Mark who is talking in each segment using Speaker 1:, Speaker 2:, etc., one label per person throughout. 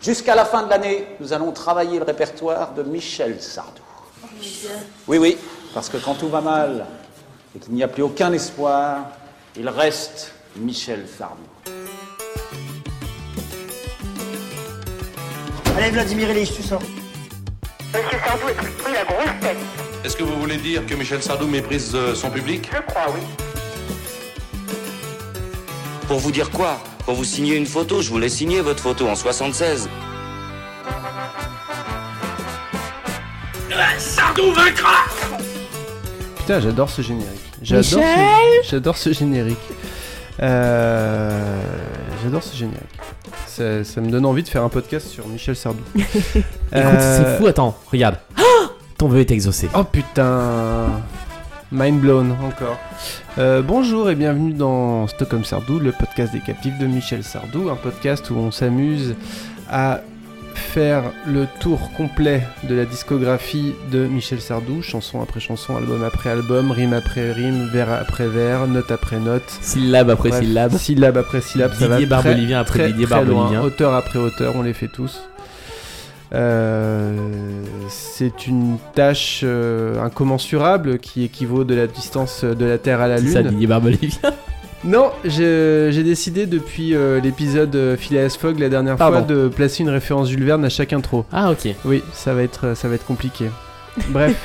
Speaker 1: Jusqu'à la fin de l'année, nous allons travailler le répertoire de Michel Sardou. Oui, oui, parce que quand tout va mal et qu'il n'y a plus aucun espoir, il reste Michel Sardou.
Speaker 2: Allez, Vladimir Ilyich, tu sors.
Speaker 3: Monsieur Sardou est plutôt la grosse tête.
Speaker 4: Est-ce que vous voulez dire que Michel Sardou méprise euh, son public
Speaker 3: Je crois, oui.
Speaker 5: Pour vous dire quoi Pour vous signer une photo, je voulais signer votre photo en 76.
Speaker 6: Putain, j'adore ce générique. J'adore ce- J'adore ce générique. Euh, J'adore ce générique. Ça, ça me donne envie de faire un podcast sur Michel Sardou.
Speaker 7: Écoute,
Speaker 6: Euh,
Speaker 7: c'est fou, attends, regarde. Ton vœu est exaucé.
Speaker 6: Oh putain Mind blown encore. Euh, bonjour et bienvenue dans Stockholm Sardou, le podcast des captifs de Michel Sardou, un podcast où on s'amuse à faire le tour complet de la discographie de Michel Sardou, chanson après chanson, album après album, rime après rime, vers après vers, note après note.
Speaker 7: Syllabe après
Speaker 6: Bref,
Speaker 7: syllabe.
Speaker 6: Syllabe après syllabe, ça va
Speaker 7: Didier
Speaker 6: très,
Speaker 7: Barbolivien après
Speaker 6: très,
Speaker 7: Didier
Speaker 6: très loin.
Speaker 7: Barbolivien.
Speaker 6: Auteur après auteur, on les fait tous. Euh, c'est une tâche euh, incommensurable qui équivaut de la distance de la Terre à la
Speaker 7: C'est ça,
Speaker 6: Lune.
Speaker 7: Didier Barbolivien.
Speaker 6: Non, j'ai j'ai décidé depuis euh, l'épisode euh, Phileas Fogg la dernière
Speaker 7: Pardon.
Speaker 6: fois de placer une référence Jules Verne à chaque intro.
Speaker 7: Ah, ok.
Speaker 6: Oui, ça va être, ça va être compliqué. Bref.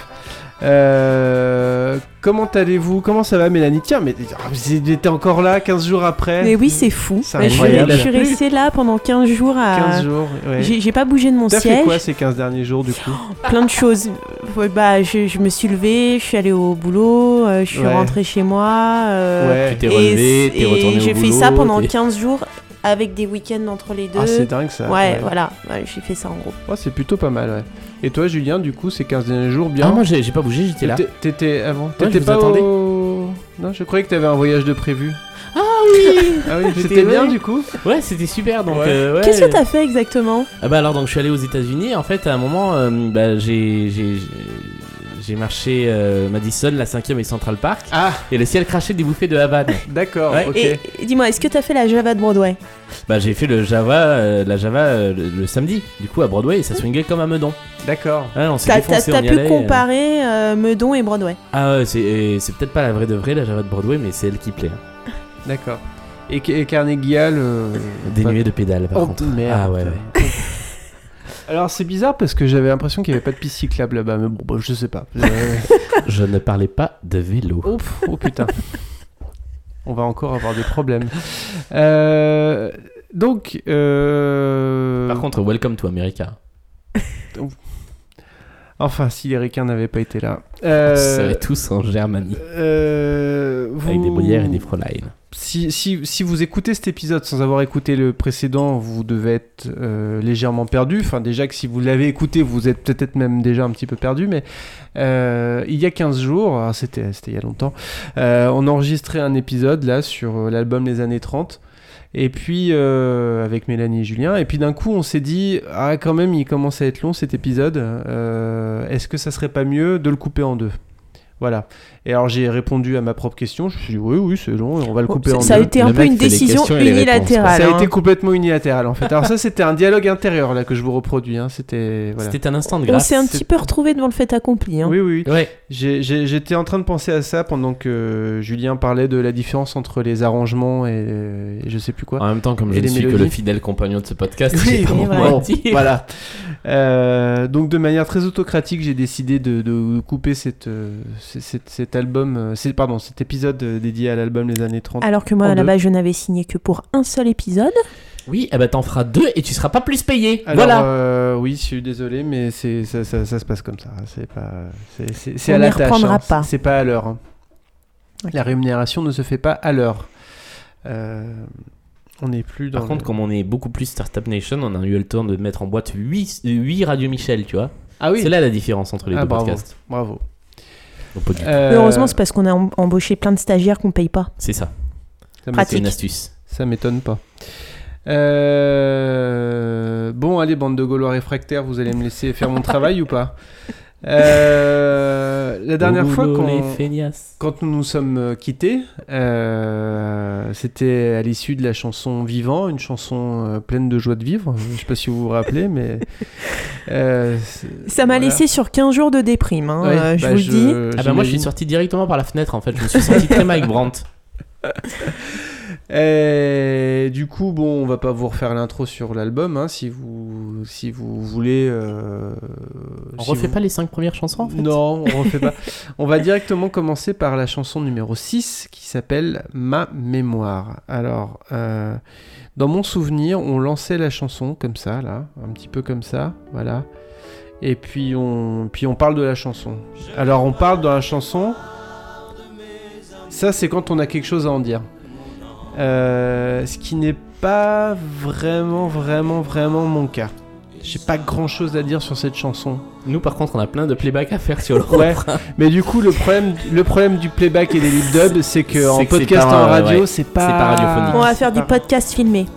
Speaker 6: Euh, comment allez-vous Comment ça va Mélanie Tiens, mais ah, vous étiez encore là 15 jours après
Speaker 8: Mais oui, c'est fou.
Speaker 6: C'est
Speaker 8: Bah, je, suis-
Speaker 6: incroyable.
Speaker 8: je suis restée là pendant 15 jours à.
Speaker 6: 15 jours, ouais.
Speaker 8: Euh, J'ai j'ai pas bougé de mon
Speaker 6: T'as
Speaker 8: siège.
Speaker 6: fait quoi ces 15 derniers jours du coup
Speaker 8: Plein de choses. Ouais, bah, je, je me suis levée, je suis allée au boulot, euh, je suis
Speaker 6: Ouais.
Speaker 8: rentrée chez moi. euh,
Speaker 6: Ouais.
Speaker 7: Tu t'es
Speaker 8: et-
Speaker 7: relevé, t'es
Speaker 8: et
Speaker 7: retourné au
Speaker 8: J'ai fait
Speaker 7: boulot,
Speaker 8: ça pendant
Speaker 7: t'es-
Speaker 8: 15 jours avec des week-ends entre les deux.
Speaker 6: Ah, c'est dingue ça.
Speaker 8: ouais, voilà. Ouais, j'ai fait ça en gros.
Speaker 6: Ouais, c'est plutôt pas mal, ouais. Et toi, Julien, du coup, ces 15 derniers jours, bien
Speaker 7: Ah, moi, j'ai j'ai pas bougé, j'étais là.
Speaker 6: T'étais- T'étais avant
Speaker 7: je
Speaker 6: T'étais
Speaker 7: vous
Speaker 6: pas
Speaker 7: attendais.
Speaker 6: au... Non, je croyais que t'avais un voyage de prévu. Ah oui,
Speaker 7: J'étais-
Speaker 6: c'était bien
Speaker 7: ouais.
Speaker 6: du coup
Speaker 7: Ouais, c'était super. Donc,
Speaker 6: Ouais.
Speaker 7: euh, ouais.
Speaker 8: Qu'est-ce que t'as fait exactement
Speaker 7: Ah bah alors donc je suis allé aux États-Unis. En fait, à un moment, euh, bah, j'ai j'ai j'ai- j'ai marché euh, Madison, la 5 e et Central Park,
Speaker 6: Ah,
Speaker 7: et le ciel crachait des bouffées de Havane.
Speaker 6: d'accord,
Speaker 7: Ouais.
Speaker 6: ok.
Speaker 8: Et et dis-moi, est-ce que t'as fait la Java de Broadway
Speaker 7: bah j'ai fait le Java, euh, la Java euh, le, le samedi, du coup à Broadway, et ça swingait comme à Meudon.
Speaker 6: D'accord.
Speaker 7: Ouais, on s'est
Speaker 8: T'as t'as-
Speaker 7: défoncé,
Speaker 8: t'as
Speaker 7: on y
Speaker 8: pu
Speaker 7: allait, euh.
Speaker 8: comparer euh, Meudon et Broadway
Speaker 7: Ah ouais, c'est et c'est peut-être pas la vraie de vraie la Java de Broadway, mais c'est elle qui plaît. hein.
Speaker 6: D'accord. Et, K- et Carnegie Hall, euh,
Speaker 7: Dénuée de pédales par
Speaker 6: Oh,
Speaker 7: contre.
Speaker 6: merde.
Speaker 7: Ah ouais, ouais.
Speaker 6: Alors c'est bizarre parce que j'avais l'impression qu'il n'y avait pas de piste cyclable là-bas, mais bon, bah, je sais pas. Euh,
Speaker 7: Je ne parlais pas de vélo.
Speaker 6: Oh, pff, oh, putain. On va encore avoir des problèmes. Euh, donc, euh,
Speaker 7: Par contre, welcome to America.
Speaker 6: enfin, si les requins n'avaient pas été là. Euh,
Speaker 7: On serait tous en Germanie
Speaker 6: euh, vous-
Speaker 7: avec des bruyères et des Fräulein.
Speaker 6: Si, si- si vous écoutez cet épisode sans avoir écouté le précédent, vous devez être euh, légèrement perdu. Enfin, déjà que si vous l'avez écouté, vous êtes peut-être même déjà un petit peu perdu. Mais euh, il y a 15 jours, ah, c'était c'était il y a longtemps, euh, on enregistrait un épisode là sur euh, l'album Les années 30. Et puis, euh, avec Mélanie et Julien, et puis d'un coup, on s'est dit, ah, quand même, il commence à être long cet épisode. Euh, Est-ce que ça serait pas mieux de le couper en deux Voilà. Et alors, j'ai répondu à ma propre question. Je me suis dit, oui, oui, c'est long, on va le
Speaker 8: Bon,
Speaker 6: couper
Speaker 8: Oh, ça-
Speaker 6: en
Speaker 8: Ça a
Speaker 6: deux.
Speaker 8: été
Speaker 7: Le
Speaker 8: un peu
Speaker 7: mec
Speaker 8: une
Speaker 7: fait les
Speaker 8: décision
Speaker 7: questions et les réponses, quoi.
Speaker 8: unilatérale.
Speaker 6: Ça a
Speaker 8: hein.
Speaker 6: été complètement unilatéral en fait. Alors ça c'était un dialogue intérieur là que je vous reproduis. hein. C'était voilà.
Speaker 7: C'était un instant de
Speaker 8: On
Speaker 7: grâce.
Speaker 8: s'est un petit peu retrouvé devant le fait accompli. hein.
Speaker 6: Oui oui. oui.
Speaker 7: Ouais.
Speaker 6: J'ai- j'ai- J'étais en train de penser à ça pendant que Julien parlait de la différence entre les arrangements et, et je sais plus quoi.
Speaker 7: En même temps, comme je
Speaker 6: Et
Speaker 7: ne
Speaker 6: les
Speaker 7: suis que
Speaker 6: mélodies.
Speaker 7: le fidèle compagnon de ce podcast,
Speaker 6: Oui,
Speaker 7: j'ai pas
Speaker 8: oui,
Speaker 7: mon
Speaker 8: voilà.
Speaker 7: mot à dire.
Speaker 6: Voilà. Euh, donc de manière très autocratique, j'ai décidé de, de couper cette, euh, c- cette- cet album, euh, c'est- pardon, cet épisode euh, dédié à l'album Les années 30.
Speaker 8: Alors que moi,
Speaker 6: En
Speaker 8: à la
Speaker 6: deux.
Speaker 8: base, je n'avais signé que pour un seul épisode.
Speaker 7: Oui, eh ben t'en feras deux et tu seras pas plus payé.
Speaker 8: Ah,
Speaker 6: Alors,
Speaker 7: voilà.
Speaker 6: euh, oui, je suis désolé, mais c'est ça, ça- ça se passe comme ça. hein. C'est pas, c'est- c'est c'est
Speaker 8: On
Speaker 6: à la
Speaker 8: les
Speaker 6: tâche.
Speaker 8: reprendra
Speaker 6: hein. C'est-
Speaker 8: pas.
Speaker 6: C'est pas à l'heure. hein. La rémunération ne se fait pas à l'heure. Euh, on n'est plus dans.
Speaker 7: Par contre,
Speaker 6: le...
Speaker 7: comme on est beaucoup plus Startup Nation, on a eu le temps de mettre en boîte 8, 8 Radio Michel, tu vois.
Speaker 6: ah oui,
Speaker 7: C'est là la différence entre les
Speaker 6: Ah,
Speaker 7: deux
Speaker 6: bravo.
Speaker 7: podcasts.
Speaker 6: bravo.
Speaker 7: Donc, pas du tout.
Speaker 6: Euh,
Speaker 8: Mais Heureusement, c'est parce qu'on a em- embauché plein de stagiaires qu'on paye pas.
Speaker 7: C'est ça.
Speaker 6: ça
Speaker 8: pratique.
Speaker 7: C'est une astuce.
Speaker 6: Ça m'étonne pas. Euh, Bon, allez, bande de Gaulois réfractaires, vous allez me laisser faire mon travail ou pas Euh, la dernière fois
Speaker 7: Boulot,
Speaker 6: qu'on-
Speaker 7: les feignasses.
Speaker 6: quand nous nous sommes euh, quittés, euh, c'était à l'issue de la chanson Vivant, une chanson euh, pleine de joie de vivre. Je ne sais pas si vous vous rappelez, mais. euh, c'est-
Speaker 8: Ça m'a
Speaker 6: voilà.
Speaker 8: laissé sur 15 jours de déprime, hein,
Speaker 6: Ouais,
Speaker 8: euh, je
Speaker 6: bah,
Speaker 8: vous le dis.
Speaker 7: Ah bah moi je suis
Speaker 6: j'imagine.
Speaker 7: sorti directement par la fenêtre en fait, je me suis senti très Mike Brandt.
Speaker 6: Et Euh, du coup, bon, on va pas vous refaire l'intro sur l'album, hein, si vous si vous voulez. euh,
Speaker 7: On
Speaker 6: si
Speaker 7: refait
Speaker 6: vous-
Speaker 7: pas les cinq premières chansons en fait
Speaker 6: Non, on refait pas. On va directement commencer par la chanson numéro 6 qui s'appelle Ma mémoire. Alors, euh, dans mon souvenir, on lançait la chanson comme ça, là, un petit peu comme ça, voilà. Et puis on, puis on parle de la chanson. Alors on parle dans la chanson. Ça, c'est quand on a quelque chose à en dire. Euh, ce qui n'est pas vraiment, vraiment, vraiment mon cas. J'ai pas grand chose à dire sur cette chanson.
Speaker 7: Nous par contre on a plein de playback à faire sur le
Speaker 6: Ouais. Mais du coup, le problème, le problème du playback et des lip dubs, c'est
Speaker 7: C'est
Speaker 6: que en
Speaker 7: que c'est
Speaker 6: podcast
Speaker 7: pas,
Speaker 6: en
Speaker 7: euh,
Speaker 6: radio,
Speaker 7: ouais.
Speaker 6: c'est pas.
Speaker 7: C'est pas radiophonique.
Speaker 8: On va faire du
Speaker 6: podcast.
Speaker 8: podcast filmé.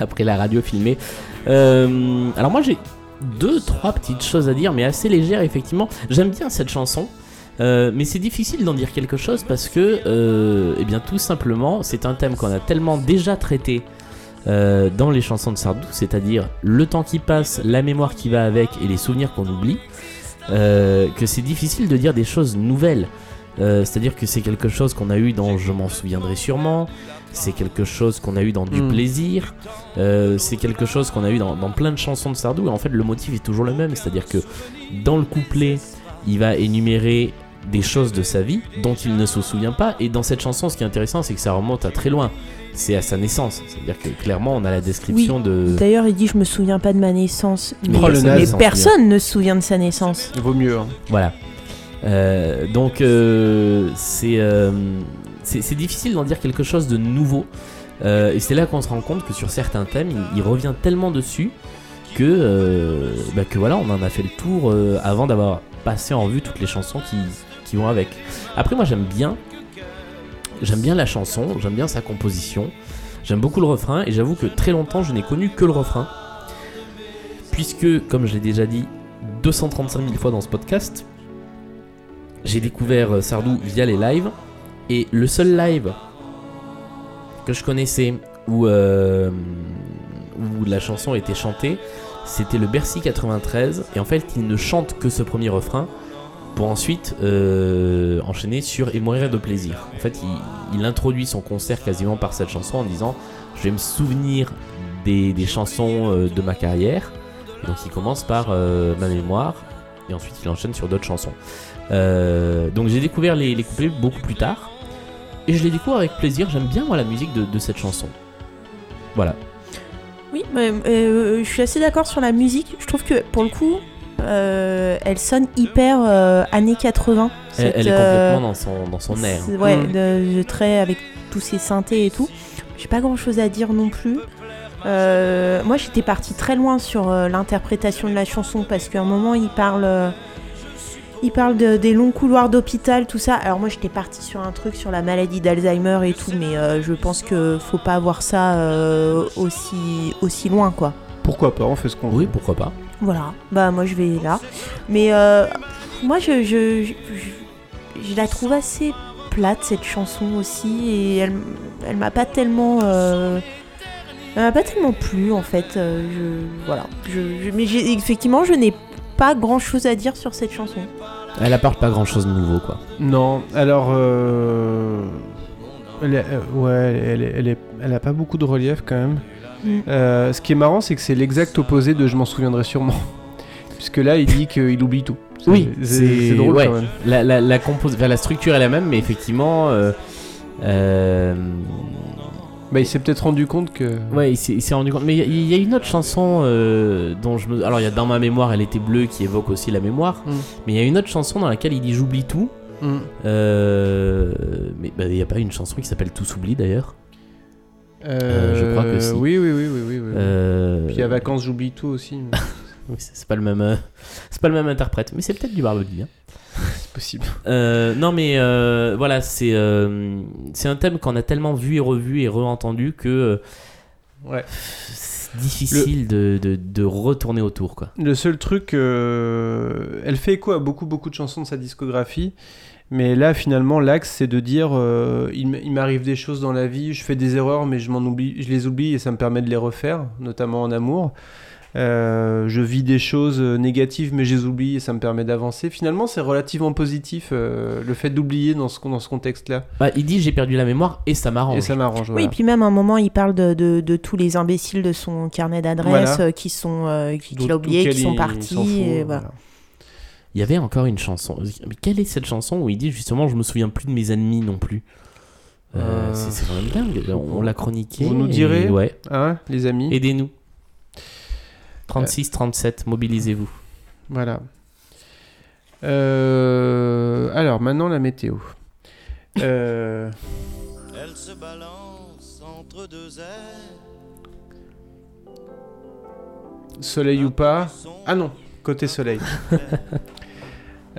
Speaker 7: après la radio filmée. Euh, alors moi j'ai deux trois petites choses à dire, mais assez légères effectivement. J'aime bien cette chanson. euh, mais c'est difficile d'en dire quelque chose parce que, euh, eh bien, tout simplement, c'est un thème qu'on a tellement déjà traité euh, dans les chansons de Sardou, c'est-à-dire le temps qui passe, la mémoire qui va avec et les souvenirs qu'on oublie, euh, que c'est difficile de dire des choses nouvelles. Euh, c'est-à-dire que c'est quelque chose qu'on a eu dans Je m'en souviendrai sûrement, c'est quelque chose qu'on a eu dans Du
Speaker 6: Mm.
Speaker 7: plaisir, euh, c'est quelque chose qu'on a eu dans, dans plein de chansons de Sardou. Et en fait, le motif est toujours le même. C'est-à-dire que dans le couplet, il va énumérer des choses de sa vie dont il ne se souvient pas. Et dans cette chanson, ce qui est intéressant, c'est que ça remonte à très loin. C'est à sa naissance. C'est-à-dire que clairement, on a la description de.
Speaker 8: D'ailleurs, il dit Je me souviens pas de ma naissance. Mais,
Speaker 6: Oh, le
Speaker 8: mais
Speaker 6: naze.
Speaker 8: personne ne se souvient de sa naissance.
Speaker 6: Vaut mieux. hein.
Speaker 7: Voilà. Euh, donc, euh, c'est euh, c'est c'est difficile d'en dire quelque chose de nouveau. Euh, et c'est là qu'on se rend compte que sur certains thèmes, il, il revient tellement dessus que, euh, bah, que voilà, on en a fait le tour euh, avant d'avoir passé en revue toutes les chansons qui, qui vont avec. Après, moi, j'aime bien. J'aime bien la chanson, j'aime bien sa composition, j'aime beaucoup le refrain et j'avoue que très longtemps je n'ai connu que le refrain. Puisque, comme je l'ai déjà dit 235 000 fois dans ce podcast, j'ai découvert euh, Sardou via les lives. Et le seul live que je connaissais où, euh, où la chanson était chantée, c'était le Bercy 93. Et en fait, il ne chante que ce premier refrain pour ensuite euh, enchaîner sur Et mourir de plaisir. En fait, il, il introduit son concert quasiment par cette chanson en disant Je vais me souvenir des, des chansons euh, de ma carrière. Et donc, il commence par euh, Ma mémoire. Et ensuite, il enchaîne sur d'autres chansons. Euh, donc j'ai découvert les, les couplets beaucoup plus tard. Et je les découvre avec plaisir. J'aime bien moi la musique de, de cette chanson. Voilà.
Speaker 8: Oui, mais, euh, je suis assez d'accord sur la musique. Je trouve que pour le coup, euh, elle sonne hyper euh, années 80.
Speaker 7: Elle,
Speaker 8: Cette,
Speaker 7: elle est
Speaker 8: euh,
Speaker 7: complètement dans son, dans son air.
Speaker 8: c'est- Ouais,
Speaker 6: Mm.
Speaker 8: de, de trait avec tous ces synthés et tout. J'ai pas grand chose à dire non plus. Euh, moi, j'étais partie très loin sur euh, l'interprétation de la chanson parce qu'à un moment, il parle. euh, il parle de- des longs couloirs d'hôpital, tout ça. Alors moi, j'étais partie sur un truc sur la maladie d'Alzheimer et tout, mais euh, je pense que faut pas avoir ça euh, aussi aussi loin, quoi.
Speaker 6: Pourquoi pas On fait ce qu'on
Speaker 7: Oui,
Speaker 6: veut.
Speaker 7: pourquoi pas.
Speaker 8: Voilà, bah moi je vais là. Mais euh, moi je je, je, je- je la trouve assez plate cette chanson aussi et elle, elle m'a pas tellement euh, elle m'a pas tellement plu en fait. Euh, je, voilà, je, je- mais j'ai- effectivement je n'ai pas grand chose à dire sur cette chanson.
Speaker 7: Elle apporte pas grand chose de nouveau quoi.
Speaker 6: Non. Alors. euh, Elle est- euh, ouais, elle, est- elle, est- elle a pas beaucoup de relief quand même.
Speaker 8: Mm.
Speaker 6: Euh, ce qui est marrant, c'est que c'est l'exact opposé de Je m'en souviendrai sûrement. Puisque là, il dit qu'il oublie tout. C'est-
Speaker 7: Oui,
Speaker 6: c'est c'est drôle
Speaker 7: ouais.
Speaker 6: quand même.
Speaker 7: La, la, la, compos- enfin, la structure est la même, mais effectivement. euh, euh,
Speaker 6: Bah, il s'est peut-être rendu compte que.
Speaker 7: ouais, il s'est il s'est rendu compte. Mais il y a- il y, a une autre chanson euh, dont je me. Alors, il y a dans ma mémoire, elle était bleue qui évoque aussi la mémoire.
Speaker 6: Mm.
Speaker 7: Mais il y a une autre chanson dans laquelle il dit J'oublie tout.
Speaker 6: Mm.
Speaker 7: Euh, mais il n'y a pas une chanson qui s'appelle Tous oublie d'ailleurs.
Speaker 6: Euh,
Speaker 7: je crois que si.
Speaker 6: Oui, oui, oui, oui, oui. oui.
Speaker 7: Euh,
Speaker 6: Mm. Puis à vacances, j'oublie tout aussi. mais
Speaker 7: oui, c'est c'est pas le même, euh, c'est pas le même interprète, mais c'est peut-être du Barbedu. hein.
Speaker 6: c'est possible.
Speaker 7: Euh, non mais euh, voilà, c'est euh, c'est un thème qu'on a tellement vu et revu et re-entendu que euh,
Speaker 6: Ouais.
Speaker 7: C'est difficile de, de- de retourner autour, quoi.
Speaker 6: Le seul truc, euh, elle fait écho à beaucoup beaucoup de chansons de sa discographie, mais là finalement l'axe c'est de dire euh, il m- il m'arrive des choses dans la vie, je fais des erreurs mais je m'en oublie, je les oublie et ça me permet de les refaire, notamment en amour. Euh, je vis des choses euh, négatives mais je les oublie et ça me permet d'avancer. Finalement c'est relativement positif euh, le fait d'oublier dans ce con- dans ce contexte là
Speaker 7: Bah, il dit j'ai perdu la mémoire et ça
Speaker 6: et
Speaker 7: m'arrange.
Speaker 6: ça m'arrange.
Speaker 8: Oh, Oui,
Speaker 6: voilà.
Speaker 8: et puis même à un moment, il parle de, de- de tous les imbéciles de son carnet d'adresse
Speaker 6: Voilà.
Speaker 8: euh, qui sont euh, qui- qu'il
Speaker 6: D'où-
Speaker 8: a oubliés,
Speaker 6: d'où
Speaker 8: qui sont
Speaker 6: qu'elle, il s'en fout,
Speaker 8: partis. et voilà.
Speaker 7: Il y avait encore une chanson. Mais quelle est cette chanson où il dit justement je me souviens plus de mes ennemis non plus Euh,
Speaker 6: Euh,
Speaker 7: c'est- C'est quand même dingue. On, on l'a chroniqué.
Speaker 6: Vous nous
Speaker 7: et-
Speaker 6: direz
Speaker 7: Ouais.
Speaker 6: Hein, les amis.
Speaker 7: Aidez-nous. Euh, 36, 37, mobilisez-vous.
Speaker 6: Voilà. Euh, alors, maintenant la météo. Euh,
Speaker 5: Elle se balance entre deux airs.
Speaker 6: soleil ou pas Ah non, côté soleil.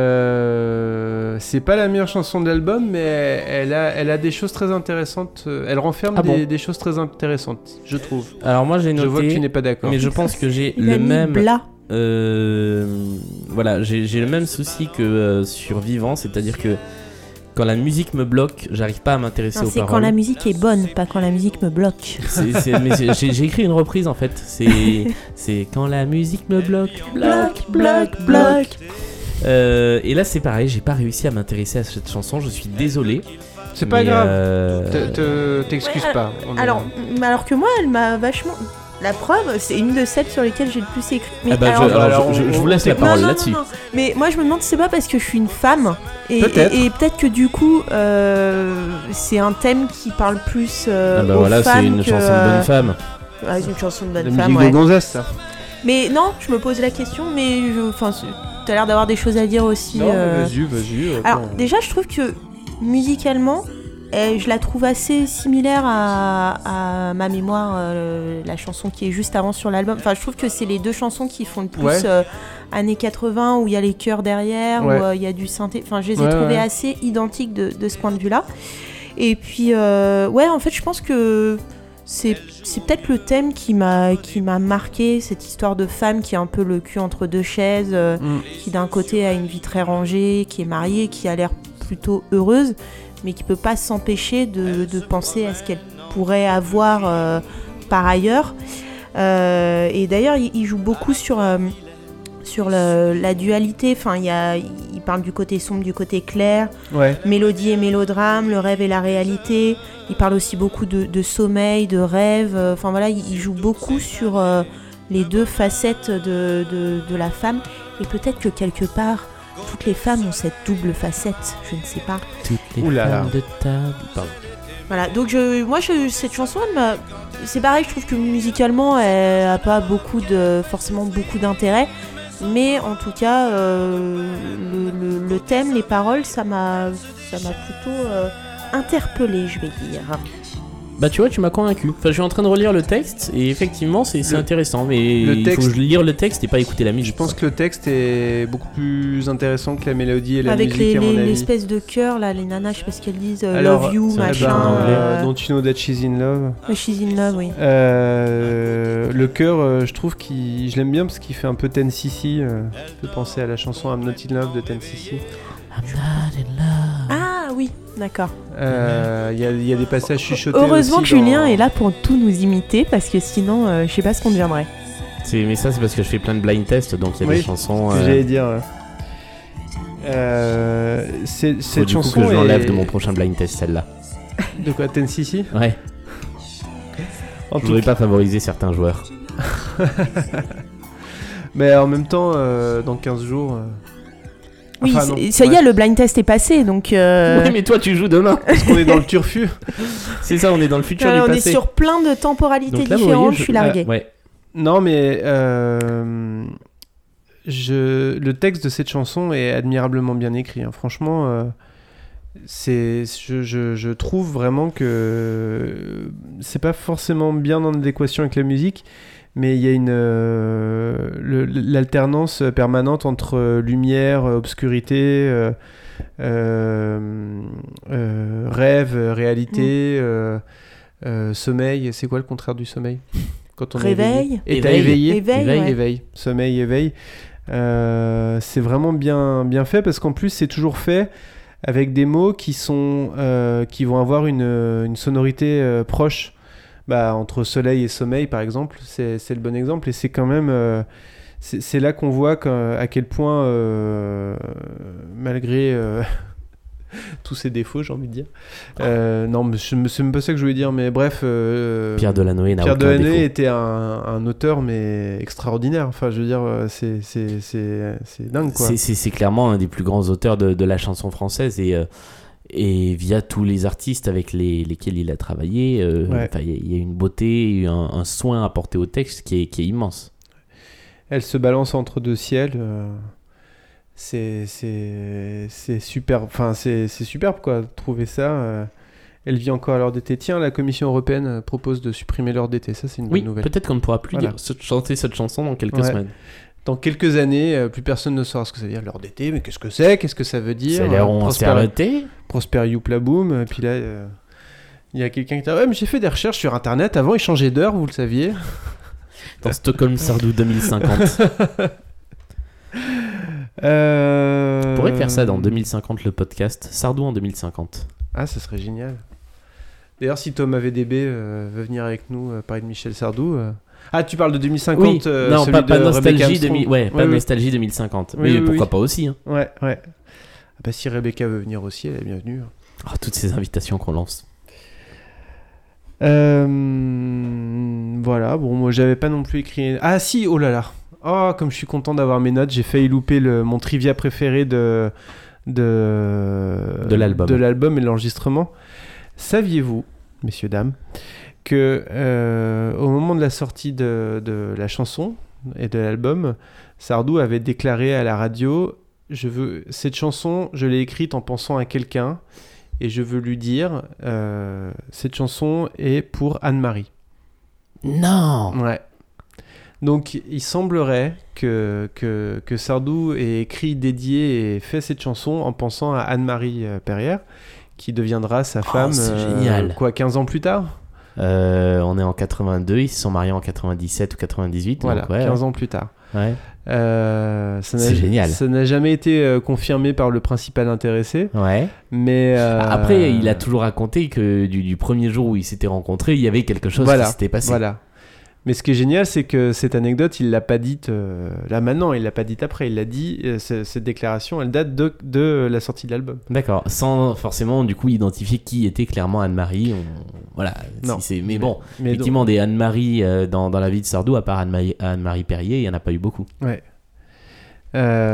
Speaker 6: Euh, c'est pas la meilleure chanson de l'album, mais elle a, elle a des choses très intéressantes. euh, Elle renferme
Speaker 7: Ah
Speaker 6: des,
Speaker 7: bon
Speaker 6: des choses très intéressantes, je trouve.
Speaker 7: Alors moi j'ai
Speaker 6: Je vois que tu n'es
Speaker 7: noté.
Speaker 6: pas d'accord.
Speaker 7: Mais je pense que j'ai
Speaker 8: Il
Speaker 7: le
Speaker 8: a mis
Speaker 7: même.
Speaker 8: Blas.
Speaker 7: Euh, voilà, j'ai j'ai le même souci que euh, sur Vivant, c'est-à-dire que quand la musique me bloque, j'arrive pas à m'intéresser
Speaker 8: Non,
Speaker 7: aux
Speaker 8: C'est quand la
Speaker 7: paroles.
Speaker 8: musique est bonne, pas quand la musique me bloque.
Speaker 7: C'est- c'est- mais c'est- J'ai j'ai écrit une reprise en fait. C'est c'est quand la musique me bloque.
Speaker 8: Bloc, bloc, bloc.
Speaker 7: Euh, et là c'est pareil, j'ai pas réussi à m'intéresser à cette chanson. Je suis désolé.
Speaker 6: C'est pas
Speaker 7: mais,
Speaker 6: grave.
Speaker 7: euh,
Speaker 6: Te- te- T'excuses
Speaker 8: Ouais,
Speaker 6: pas. on est-
Speaker 8: Alors, m- alors que moi, elle m'a vachement. La preuve, c'est une de celles sur lesquelles j'ai le plus écrit. Mais
Speaker 7: ah bah, je- alors,
Speaker 8: alors-
Speaker 6: alors,
Speaker 7: je, je- je
Speaker 6: on-
Speaker 7: vous laisse la
Speaker 8: Non,
Speaker 7: parole
Speaker 8: non, non,
Speaker 7: là-dessus.
Speaker 8: non. Mais moi, je me demande, c'est pas parce que je suis une femme. Et
Speaker 6: Peut-être.
Speaker 8: et- et peut-être que du coup, euh, c'est un thème qui parle plus euh,
Speaker 7: Ah bah
Speaker 8: aux
Speaker 7: voilà, c'est
Speaker 8: femmes
Speaker 7: une
Speaker 8: que,
Speaker 7: chanson de bonne femme.
Speaker 8: euh, ouais, c'est une chanson de
Speaker 6: La
Speaker 8: bonne
Speaker 6: musique
Speaker 8: femme,
Speaker 6: de
Speaker 8: ouais.
Speaker 6: Gonzès, ça.
Speaker 8: Mais non, je me pose la question, mais je- enfin, c'est- t'as l'air d'avoir des choses à dire aussi.
Speaker 6: Non,
Speaker 8: euh.
Speaker 6: mais vas-y, vas-y. euh,
Speaker 8: Alors
Speaker 6: bon.
Speaker 8: déjà, je trouve que musicalement, eh, je la trouve assez similaire à, à ma mémoire, euh, la chanson qui est juste avant sur l'album. Enfin, je trouve que c'est les deux chansons qui font le plus
Speaker 6: Ouais.
Speaker 8: euh, années 80, où il y a les chœurs derrière,
Speaker 6: Ouais.
Speaker 8: où euh, il y a du synthé. Enfin, je les ai
Speaker 6: Ouais,
Speaker 8: trouvées
Speaker 6: ouais.
Speaker 8: assez identiques de, de ce point de vue-là. Et puis, euh, ouais, en fait, je pense que c'est c'est peut-être le thème qui m'a qui m'a marqué cette histoire de femme qui est un peu le cul entre deux chaises euh,
Speaker 6: Mm.
Speaker 8: qui d'un côté a une vie très rangée qui est mariée qui a l'air plutôt heureuse mais qui peut pas s'empêcher de, de penser à ce qu'elle pourrait avoir euh, par ailleurs Euh, et d'ailleurs il, il joue beaucoup sur euh, sur le- la dualité enfin il y a- il parle du côté sombre du côté clair
Speaker 6: Ouais.
Speaker 8: mélodie et mélodrame, le rêve et la réalité. Il parle aussi beaucoup de, de sommeil, de rêve. euh, Enfin voilà, il, il joue beaucoup sur euh, les deux facettes de, de- de la femme. Et peut-être que quelque part, toutes les femmes ont cette double facette. Je ne sais pas.
Speaker 7: Toutes les
Speaker 6: Ouh là
Speaker 7: femmes
Speaker 6: là.
Speaker 7: de table. Pardon.
Speaker 8: Voilà. Donc je, moi, je- cette chanson, elle m'a- c'est pareil. Je trouve que musicalement, elle a pas beaucoup de, forcément beaucoup d'intérêt. Mais en tout cas, euh, le, le- le thème, les paroles, ça m'a, ça m'a plutôt interpellé, je vais dire.
Speaker 7: Bah tu vois, tu m'as convaincu. Enfin, je suis en train de relire le texte et effectivement, c'est c'est
Speaker 6: Le-
Speaker 7: intéressant, mais
Speaker 6: le
Speaker 7: il faut
Speaker 6: texte-
Speaker 7: que je lire le texte et pas écouter la musique.
Speaker 6: Je pense que le texte est beaucoup plus intéressant que la mélodie et la
Speaker 8: Avec
Speaker 6: musique,
Speaker 8: les-
Speaker 6: à mon
Speaker 8: les-
Speaker 6: avis.
Speaker 8: l'espèce de cœur, là, les nanas, je sais pas ce qu'elles disent, euh,
Speaker 6: Alors,
Speaker 8: love you,
Speaker 7: ça,
Speaker 8: machin.
Speaker 7: eh ben, en anglais,
Speaker 8: euh,
Speaker 6: Don't you know that she's in love
Speaker 8: ouais, she's in love, oui.
Speaker 6: Euh, Le cœur, euh, je trouve qu'il, je l'aime bien parce qu'il fait un peu Ten Sissi. Euh, je peux penser à la chanson I'm Not in Love de Ten Sissi.
Speaker 8: Ah oui, d'accord.
Speaker 6: Euh, Il y, a- il y a des passages chuchotés.
Speaker 8: Heureusement que
Speaker 6: aussi
Speaker 8: Julien
Speaker 6: dans-
Speaker 8: est là pour tout nous imiter, parce que sinon, euh, je sais pas ce qu'on deviendrait.
Speaker 7: C'est- Mais ça, c'est parce que je fais plein de blind tests, donc il y a
Speaker 6: Oui,
Speaker 7: des chansons.
Speaker 6: que
Speaker 7: euh,
Speaker 6: j'allais dire. euh. Euh, c'est-
Speaker 7: faut
Speaker 6: cette
Speaker 7: du coup
Speaker 6: chanson
Speaker 7: que je l'enlève
Speaker 6: est-
Speaker 7: de mon prochain blind test, celle-là.
Speaker 6: De quoi Ten Sissi
Speaker 7: Ouais.
Speaker 6: En
Speaker 7: Je
Speaker 6: tout
Speaker 7: voudrais pas favoriser certains joueurs.
Speaker 6: Mais en même temps, euh, dans 15 jours. euh,
Speaker 8: Oui,
Speaker 6: enfin, non,
Speaker 8: c'est- ça y est,
Speaker 6: ouais,
Speaker 8: le blind test est passé, donc. euh,
Speaker 7: Oui, mais toi, tu joues demain.
Speaker 6: Parce qu'on est dans le turfu.
Speaker 7: c'est ça, on est dans le futur
Speaker 8: euh,
Speaker 7: du
Speaker 8: on
Speaker 7: passé.
Speaker 8: est sur plein de temporalités
Speaker 7: Donc là, vous
Speaker 8: différentes,
Speaker 7: voyez,
Speaker 8: je suis larguée.
Speaker 7: Ouais.
Speaker 6: Non, mais euh, je, le texte de cette chanson est admirablement bien écrit. hein. Franchement, euh, c'est, je, je- je trouve vraiment que euh, c'est pas forcément bien en adéquation avec la musique, mais il y a une euh, le- l'alternance permanente entre euh, lumière, euh, obscurité. euh, euh, euh, rêve, réalité, euh, euh, sommeil. C'est quoi le contraire du sommeil Quand on est
Speaker 8: Réveil.
Speaker 6: éveillé. Et t'as
Speaker 7: Éveil.
Speaker 6: éveillé.
Speaker 8: Éveil,
Speaker 6: éveil,
Speaker 8: ouais.
Speaker 6: éveil. Sommeil, éveil. Euh, c'est vraiment bien, bien fait parce qu'en plus, c'est toujours fait avec des mots qui, sont, euh, qui vont avoir une, une sonorité euh, proche. Bah, entre soleil et sommeil, par exemple, c'est c'est le bon exemple. Et c'est quand même. euh, c'est c'est là qu'on voit qu'à- à quel point, euh, malgré euh, tous ses défauts, j'ai envie de dire. euh, non, mais je ne sais même pas ça que je voulais dire, mais bref. euh,
Speaker 7: Pierre Delanoë n'a
Speaker 6: Pierre
Speaker 7: aucun défaut.
Speaker 6: Dehaene était un, un auteur, mais extraordinaire. Enfin, je veux dire, euh, c'est- c'est c'est- c'est dingue, quoi.
Speaker 7: C'est- C'est c'est clairement un des plus grands auteurs de, de la chanson française et, euh, et via tous les artistes avec les, lesquels il a travaillé, euh,
Speaker 6: Ouais.
Speaker 7: enfin, il y a- il y, a une beauté, un, un soin apporté au texte qui est, qui est immense.
Speaker 6: Elle se balance entre deux ciels. euh, c'est- C'est c'est super. Enfin, c'est c'est superbe, quoi, de trouver ça. euh. Elle vit encore à l'heure d'été. Tiens, la Commission européenne euh, propose de supprimer l'heure d'été. Ça, c'est une
Speaker 7: Oui,
Speaker 6: bonne nouvelle.
Speaker 7: peut-être qu'on ne pourra plus
Speaker 6: Voilà.
Speaker 7: dire- ce- chanter cette chanson dans quelques
Speaker 6: Ouais.
Speaker 7: semaines.
Speaker 6: Dans quelques années, euh, plus personne ne saura ce que ça veut dire l'heure d'été. Mais qu'est-ce que c'est Qu'est-ce que ça veut dire Euh,
Speaker 7: C'est l'air on
Speaker 6: Prosper-
Speaker 7: s'est arrêté.
Speaker 6: Prosper Youplaboum, et puis là, euh, il y a quelqu'un qui dit Ouais, mais j'ai fait des recherches sur internet, avant il changeait d'heure, vous le saviez.
Speaker 7: dans Stockholm Sardou 2050.
Speaker 6: Euh...
Speaker 7: On pourrait faire ça dans 2050 le podcast Sardou en 2050.
Speaker 6: Ah, ça serait génial. D'ailleurs, si Thomas VDB euh, veut venir avec nous euh, parler de Michel Sardou. euh- Ah, tu parles de 2050, euh,
Speaker 7: non,
Speaker 6: celui
Speaker 7: pas, pas
Speaker 6: de Rebecca
Speaker 7: nostalgie,
Speaker 6: Armstrong.
Speaker 7: 2000 ouais, pas
Speaker 6: Ouais, ouais.
Speaker 7: nostalgie 2050.
Speaker 6: Oui,
Speaker 7: mais
Speaker 6: oui,
Speaker 7: pourquoi
Speaker 6: oui.
Speaker 7: pas aussi. hein.
Speaker 6: Ouais, ouais. Ah bah, si Rebecca veut venir aussi, elle est bienvenue. hein.
Speaker 7: Ah, toutes ces invitations qu'on lance.
Speaker 6: Euh, voilà, bon, moi j'avais pas non plus écrit. Ah si, oh là là. Oh, comme je suis content d'avoir mes notes, j'ai failli louper le, mon trivia préféré de, de,
Speaker 7: De l'album.
Speaker 6: de l'album et de l'enregistrement. Saviez-vous, messieurs, dames, que euh, au moment de la sortie de, de la chanson et de l'album, Sardou avait déclaré à la radio je veux, Cette chanson, je l'ai écrite en pensant à quelqu'un et je veux lui dire euh, Cette chanson est pour Anne-Marie.
Speaker 7: Non
Speaker 6: Ouais. Donc, il semblerait que, que, que Sardou ait écrit, dédié et fait cette chanson en pensant à Anne-Marie euh, Perrière, qui deviendra sa femme.
Speaker 7: Oh, c'est
Speaker 6: euh,
Speaker 7: génial.
Speaker 6: Quoi, 15 ans plus tard
Speaker 7: Euh, on est en 82, ils se sont mariés en 97 ou 98.
Speaker 6: Voilà,
Speaker 7: donc ouais,
Speaker 6: 15 ans plus tard.
Speaker 7: ouais.
Speaker 6: Euh, ça n'a-
Speaker 7: C'est génial.
Speaker 6: Ça n'a jamais été euh, confirmé par le principal intéressé,
Speaker 7: Ouais.
Speaker 6: mais. euh,
Speaker 7: Après, il a toujours raconté que du, du premier jour où ils s'étaient rencontrés, il y avait quelque chose
Speaker 6: voilà,
Speaker 7: qui s'était passé.
Speaker 6: Voilà. Mais ce qui est génial, c'est que cette anecdote, il l'a pas dite euh, là maintenant, il l'a pas dite après, il l'a dit, euh, ce- cette déclaration, elle date de, de euh, la sortie de l'album.
Speaker 7: D'accord, sans forcément du coup identifier qui était clairement Anne-Marie. on- Voilà.
Speaker 6: Non.
Speaker 7: Si c'est- Mais bon,
Speaker 6: Mais donc-
Speaker 7: effectivement, des Anne-Marie euh, dans, dans la vie de Sardou, à part Anne-Marie Anne-Marie Perrier, il n'y en a pas eu beaucoup.
Speaker 6: Euh,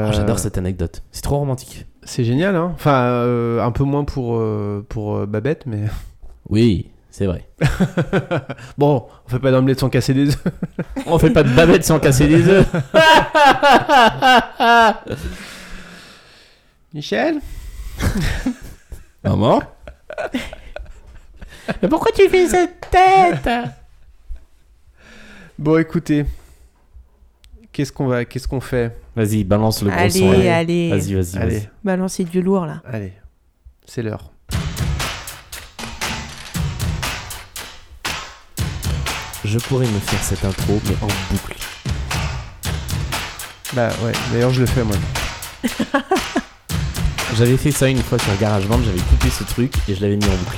Speaker 7: Ah, J'adore cette anecdote. C'est trop romantique.
Speaker 6: C'est génial, hein Enfin, euh, un peu moins pour, euh, pour euh, Babette, mais.
Speaker 7: Oui, c'est vrai.
Speaker 6: bon, on fait pas d'omelette sans casser des œufs.
Speaker 7: On fait pas de babette sans casser des œufs.
Speaker 6: Michel
Speaker 7: Maman Mais pourquoi tu fais cette tête
Speaker 6: Bon, écoutez. Qu'est-ce qu'on va, qu'est-ce qu'on fait
Speaker 7: Vas-y, balance le gros son.
Speaker 8: Allez,
Speaker 7: là. Vas-y,
Speaker 8: allez.
Speaker 7: vas-y,
Speaker 6: Allez,
Speaker 7: vas-y.
Speaker 8: Balancez Bah du lourd là.
Speaker 6: allez, c'est l'heure.
Speaker 7: Je pourrais me faire cette intro, mais en boucle.
Speaker 6: Bah ouais, d'ailleurs je le fais moi.
Speaker 7: J'avais fait ça une fois sur GarageBand, j'avais coupé ce truc et je l'avais mis en boucle.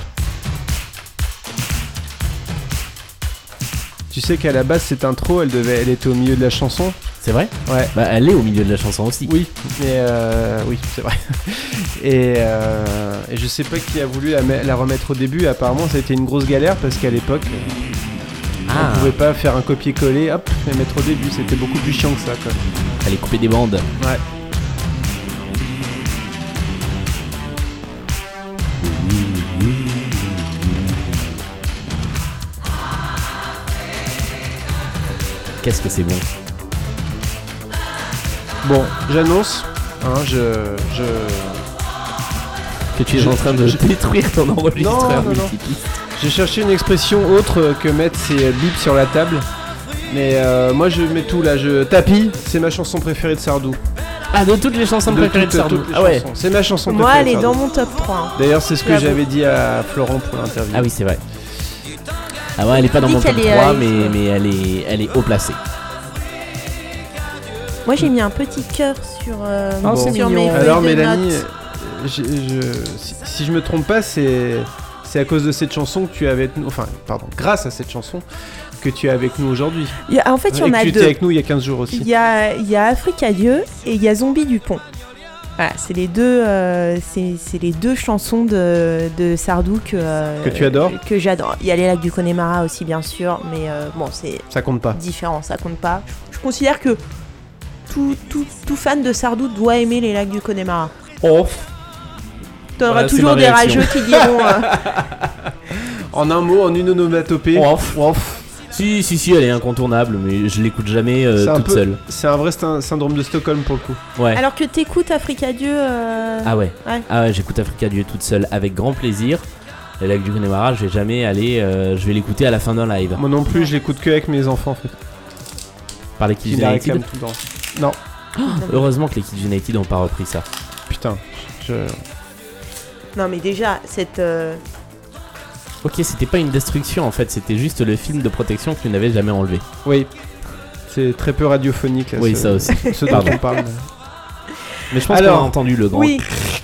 Speaker 6: Tu sais qu'à la base cette intro, elle devait, elle était au milieu de la chanson.
Speaker 7: C'est vrai
Speaker 6: Ouais.
Speaker 7: Bah, elle est au milieu de la chanson aussi.
Speaker 6: Oui, mais euh, oui, c'est vrai. Et, euh, et je sais pas qui a voulu la, me- la remettre au début. Apparemment, ça a été une grosse galère parce qu'à l'époque,
Speaker 7: Ah,
Speaker 6: on pouvait pas faire un copier-coller, hop, la mettre au début. C'était beaucoup plus chiant que ça, quoi.
Speaker 7: fallait couper des bandes.
Speaker 6: Ouais.
Speaker 7: Qu'est-ce que c'est bon
Speaker 6: Bon, j'annonce. Hein, je, je,
Speaker 7: Que tu es
Speaker 6: Je-
Speaker 7: en train de
Speaker 6: je-
Speaker 7: détruire ton enregistreur
Speaker 6: Non, non, non.
Speaker 7: multipiste.
Speaker 6: j'ai cherché une expression autre que mettre ces bips sur la table. Mais euh, moi, je mets tout là. Je tapis. C'est ma chanson préférée de Sardou.
Speaker 7: Ah, de toutes les chansons préférées de
Speaker 6: toutes-
Speaker 7: Sardou.
Speaker 6: toutes les
Speaker 7: Ah ouais.
Speaker 6: chansons. C'est ma chanson
Speaker 8: Moi,
Speaker 6: préférée.
Speaker 8: elle
Speaker 6: de
Speaker 8: est
Speaker 6: Sardou.
Speaker 8: dans mon top 3. hein.
Speaker 6: D'ailleurs, c'est ce que
Speaker 8: J'avoue.
Speaker 6: j'avais dit à Florent pour l'interview.
Speaker 7: Ah oui, c'est vrai. Ah ouais, elle est pas dans
Speaker 8: Dis
Speaker 7: mon top
Speaker 8: qu'elle est,
Speaker 7: 3,
Speaker 8: euh,
Speaker 7: mais, mais elle, est, elle est haut placée.
Speaker 8: Moi j'ai mis un petit cœur sur, euh,
Speaker 6: Ah,
Speaker 8: sur
Speaker 6: c'est
Speaker 8: mes
Speaker 6: mignon.
Speaker 8: feuilles
Speaker 6: Alors
Speaker 8: de
Speaker 6: Mélanie,
Speaker 8: notes.
Speaker 6: euh, j'ai- je- si, si je me trompe pas, c'est c'est à cause de cette chanson que tu es avec nous, enfin pardon, grâce à cette chanson que tu es avec nous aujourd'hui.
Speaker 8: Il y a- en fait, il y Ah, en
Speaker 6: Et que
Speaker 8: a
Speaker 6: tu étais
Speaker 8: deux.
Speaker 6: avec nous il y a 15 jours
Speaker 8: Il
Speaker 6: aussi.
Speaker 8: y a, il y a Afrique Adieu et il y a Zombie du Pont. Voilà, c'est les deux, euh, c'est c'est les deux chansons de, de Sardou que euh,
Speaker 6: Que tu adores
Speaker 8: Que j'adore. Il y a les lacs du Connemara aussi bien sûr, mais euh, bon c'est
Speaker 6: Ça compte pas.
Speaker 8: différent, ça compte pas. Je considère que tout, tout, tout fan de Sardou doit aimer les lacs du Connemara.
Speaker 6: Off.
Speaker 8: T'auras
Speaker 7: Voilà, c'est
Speaker 8: toujours
Speaker 7: ma
Speaker 8: des
Speaker 7: réaction.
Speaker 8: rageux qui diront. euh,
Speaker 6: En un mot, en une onomatopée.
Speaker 7: Off.
Speaker 6: Off.
Speaker 7: Si, si, si, elle est incontournable, mais je l'écoute jamais euh,
Speaker 6: C'est un
Speaker 7: toute
Speaker 6: peu-
Speaker 7: seule.
Speaker 6: C'est un vrai sty- syndrome de Stockholm pour le coup.
Speaker 7: Ouais.
Speaker 8: Alors que t'écoutes Afrique Adieu. euh,
Speaker 7: Ah ouais.
Speaker 8: Ouais.
Speaker 7: Ah ouais, j'écoute Africa Dieu toute seule avec grand plaisir. Le lac du Connemara, je vais jamais aller, euh, je vais l'écouter à la fin d'un live.
Speaker 6: Moi non plus, je l'écoute que avec mes enfants en fait.
Speaker 7: Par les
Speaker 6: Qui
Speaker 7: Kids
Speaker 6: la
Speaker 7: United.
Speaker 6: réclament tout le temps. Non,
Speaker 7: Heureusement que les Kids United n'ont pas repris ça.
Speaker 6: putain. je-
Speaker 8: Non mais déjà cette. euh,
Speaker 7: Ok, c'était pas une destruction en fait, c'était juste le film de protection que tu n'avais jamais enlevé.
Speaker 6: Oui. C'est très peu radiophonique. Là,
Speaker 7: Oui,
Speaker 6: ce-
Speaker 7: ça aussi.
Speaker 6: Ce dont
Speaker 7: Pardon.
Speaker 6: on parle.
Speaker 7: Mais je pense
Speaker 6: Alors-
Speaker 7: qu'on a entendu le grand
Speaker 8: Oui.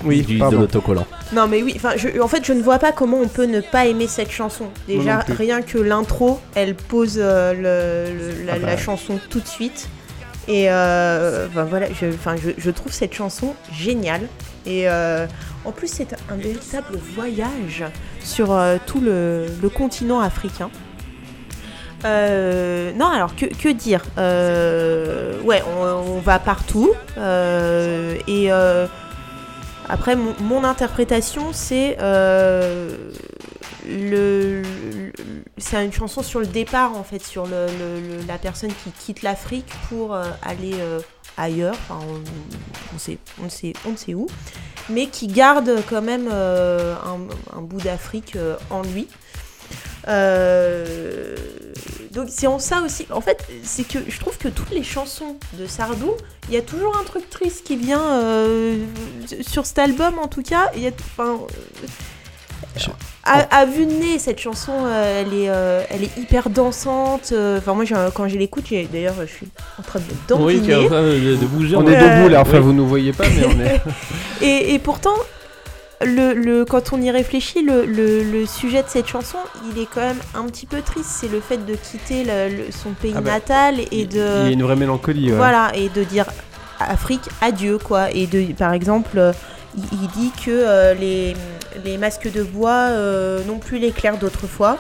Speaker 6: Oui,
Speaker 7: du, de
Speaker 6: pardon.
Speaker 7: l'autocollant.
Speaker 8: Non mais oui, enfin, je- en fait je ne vois pas comment on peut ne pas aimer cette chanson.
Speaker 6: non
Speaker 8: Déjà
Speaker 6: plus.
Speaker 8: rien que l'intro, elle pose euh, le- le- la,
Speaker 6: Ah bah.
Speaker 8: la chanson tout de suite. Et euh, ben voilà, je, enfin, je, je trouve cette chanson géniale. Et euh, en plus c'est un véritable voyage sur euh, tout le, le continent africain. Euh, non alors que, que dire Euh, Ouais on, on va partout. euh, et euh, après, mon, mon interprétation, c'est euh, le, le- c'est une chanson sur le départ en fait, sur le, le- le- la personne qui quitte l'Afrique pour euh, aller euh, ailleurs. Enfin, on, on sait, on sait, on sait où, mais qui garde quand même euh, un, un bout d'Afrique euh, en lui. Euh, donc c'est en ça aussi. En fait, c'est que je trouve que toutes les chansons de Sardou il y a toujours un truc triste qui vient euh, sur cet album en tout cas. Il y a, enfin, euh,
Speaker 6: Je-
Speaker 8: à, à vue de nez, cette chanson, euh, elle est, euh, elle est hyper dansante. euh, Enfin moi, j'ai- quand je l'écoute, j'ai- d'ailleurs, je suis en train de
Speaker 7: Oui, qui est en
Speaker 8: danser.
Speaker 7: train de de bouger.
Speaker 6: On
Speaker 7: en-
Speaker 6: est debout là, enfin
Speaker 7: Oui.
Speaker 6: vous nous voyez pas, mais on est.
Speaker 8: et, et pourtant, le, le- quand on y réfléchit, le, le- le sujet de cette chanson, il est quand même un petit peu triste. C'est le fait de quitter le- le- son pays
Speaker 6: Ah bah,
Speaker 8: natal et
Speaker 6: Il
Speaker 8: de
Speaker 6: il y a une vraie mélancolie. ouais.
Speaker 8: Voilà, et de dire Afrique, adieu, quoi. Et de, par exemple, euh, il, il dit que euh, les, les masques de bois euh, n'ont plus l'éclair d'autrefois,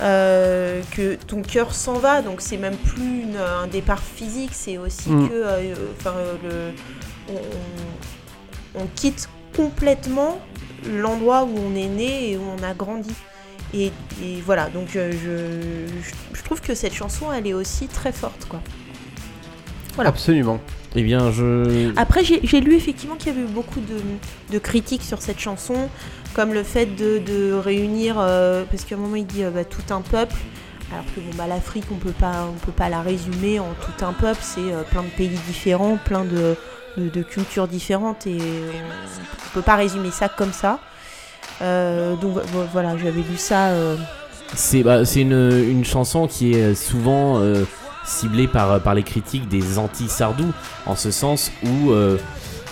Speaker 8: euh, que ton cœur s'en va, donc c'est même plus une- un départ physique, c'est aussi
Speaker 6: Mm.
Speaker 8: que euh, enfin, euh, le, on- on- on quitte complètement l'endroit où on est né et où on a grandi. Et, et voilà, donc euh, je, je, je trouve que cette chanson, elle est aussi très forte, quoi. Voilà.
Speaker 6: Absolument.
Speaker 7: Eh bien, je.
Speaker 8: Après, j'ai j'ai lu effectivement qu'il y avait eu beaucoup de, de critiques sur cette chanson, comme le fait de, de réunir, euh, parce qu'à un moment il dit euh, bah, tout un peuple, alors que bon, bah, l'Afrique, on peut pas, on peut pas la résumer en tout un peuple, c'est euh, plein de pays différents, plein de, de- de cultures différentes, et on, on peut pas résumer ça comme ça. Euh, donc vo- voilà, j'avais lu ça. euh,
Speaker 7: C'est bah, c'est une, une chanson qui est souvent euh, ciblée par, par les critiques des anti-Sardou, en ce sens où euh,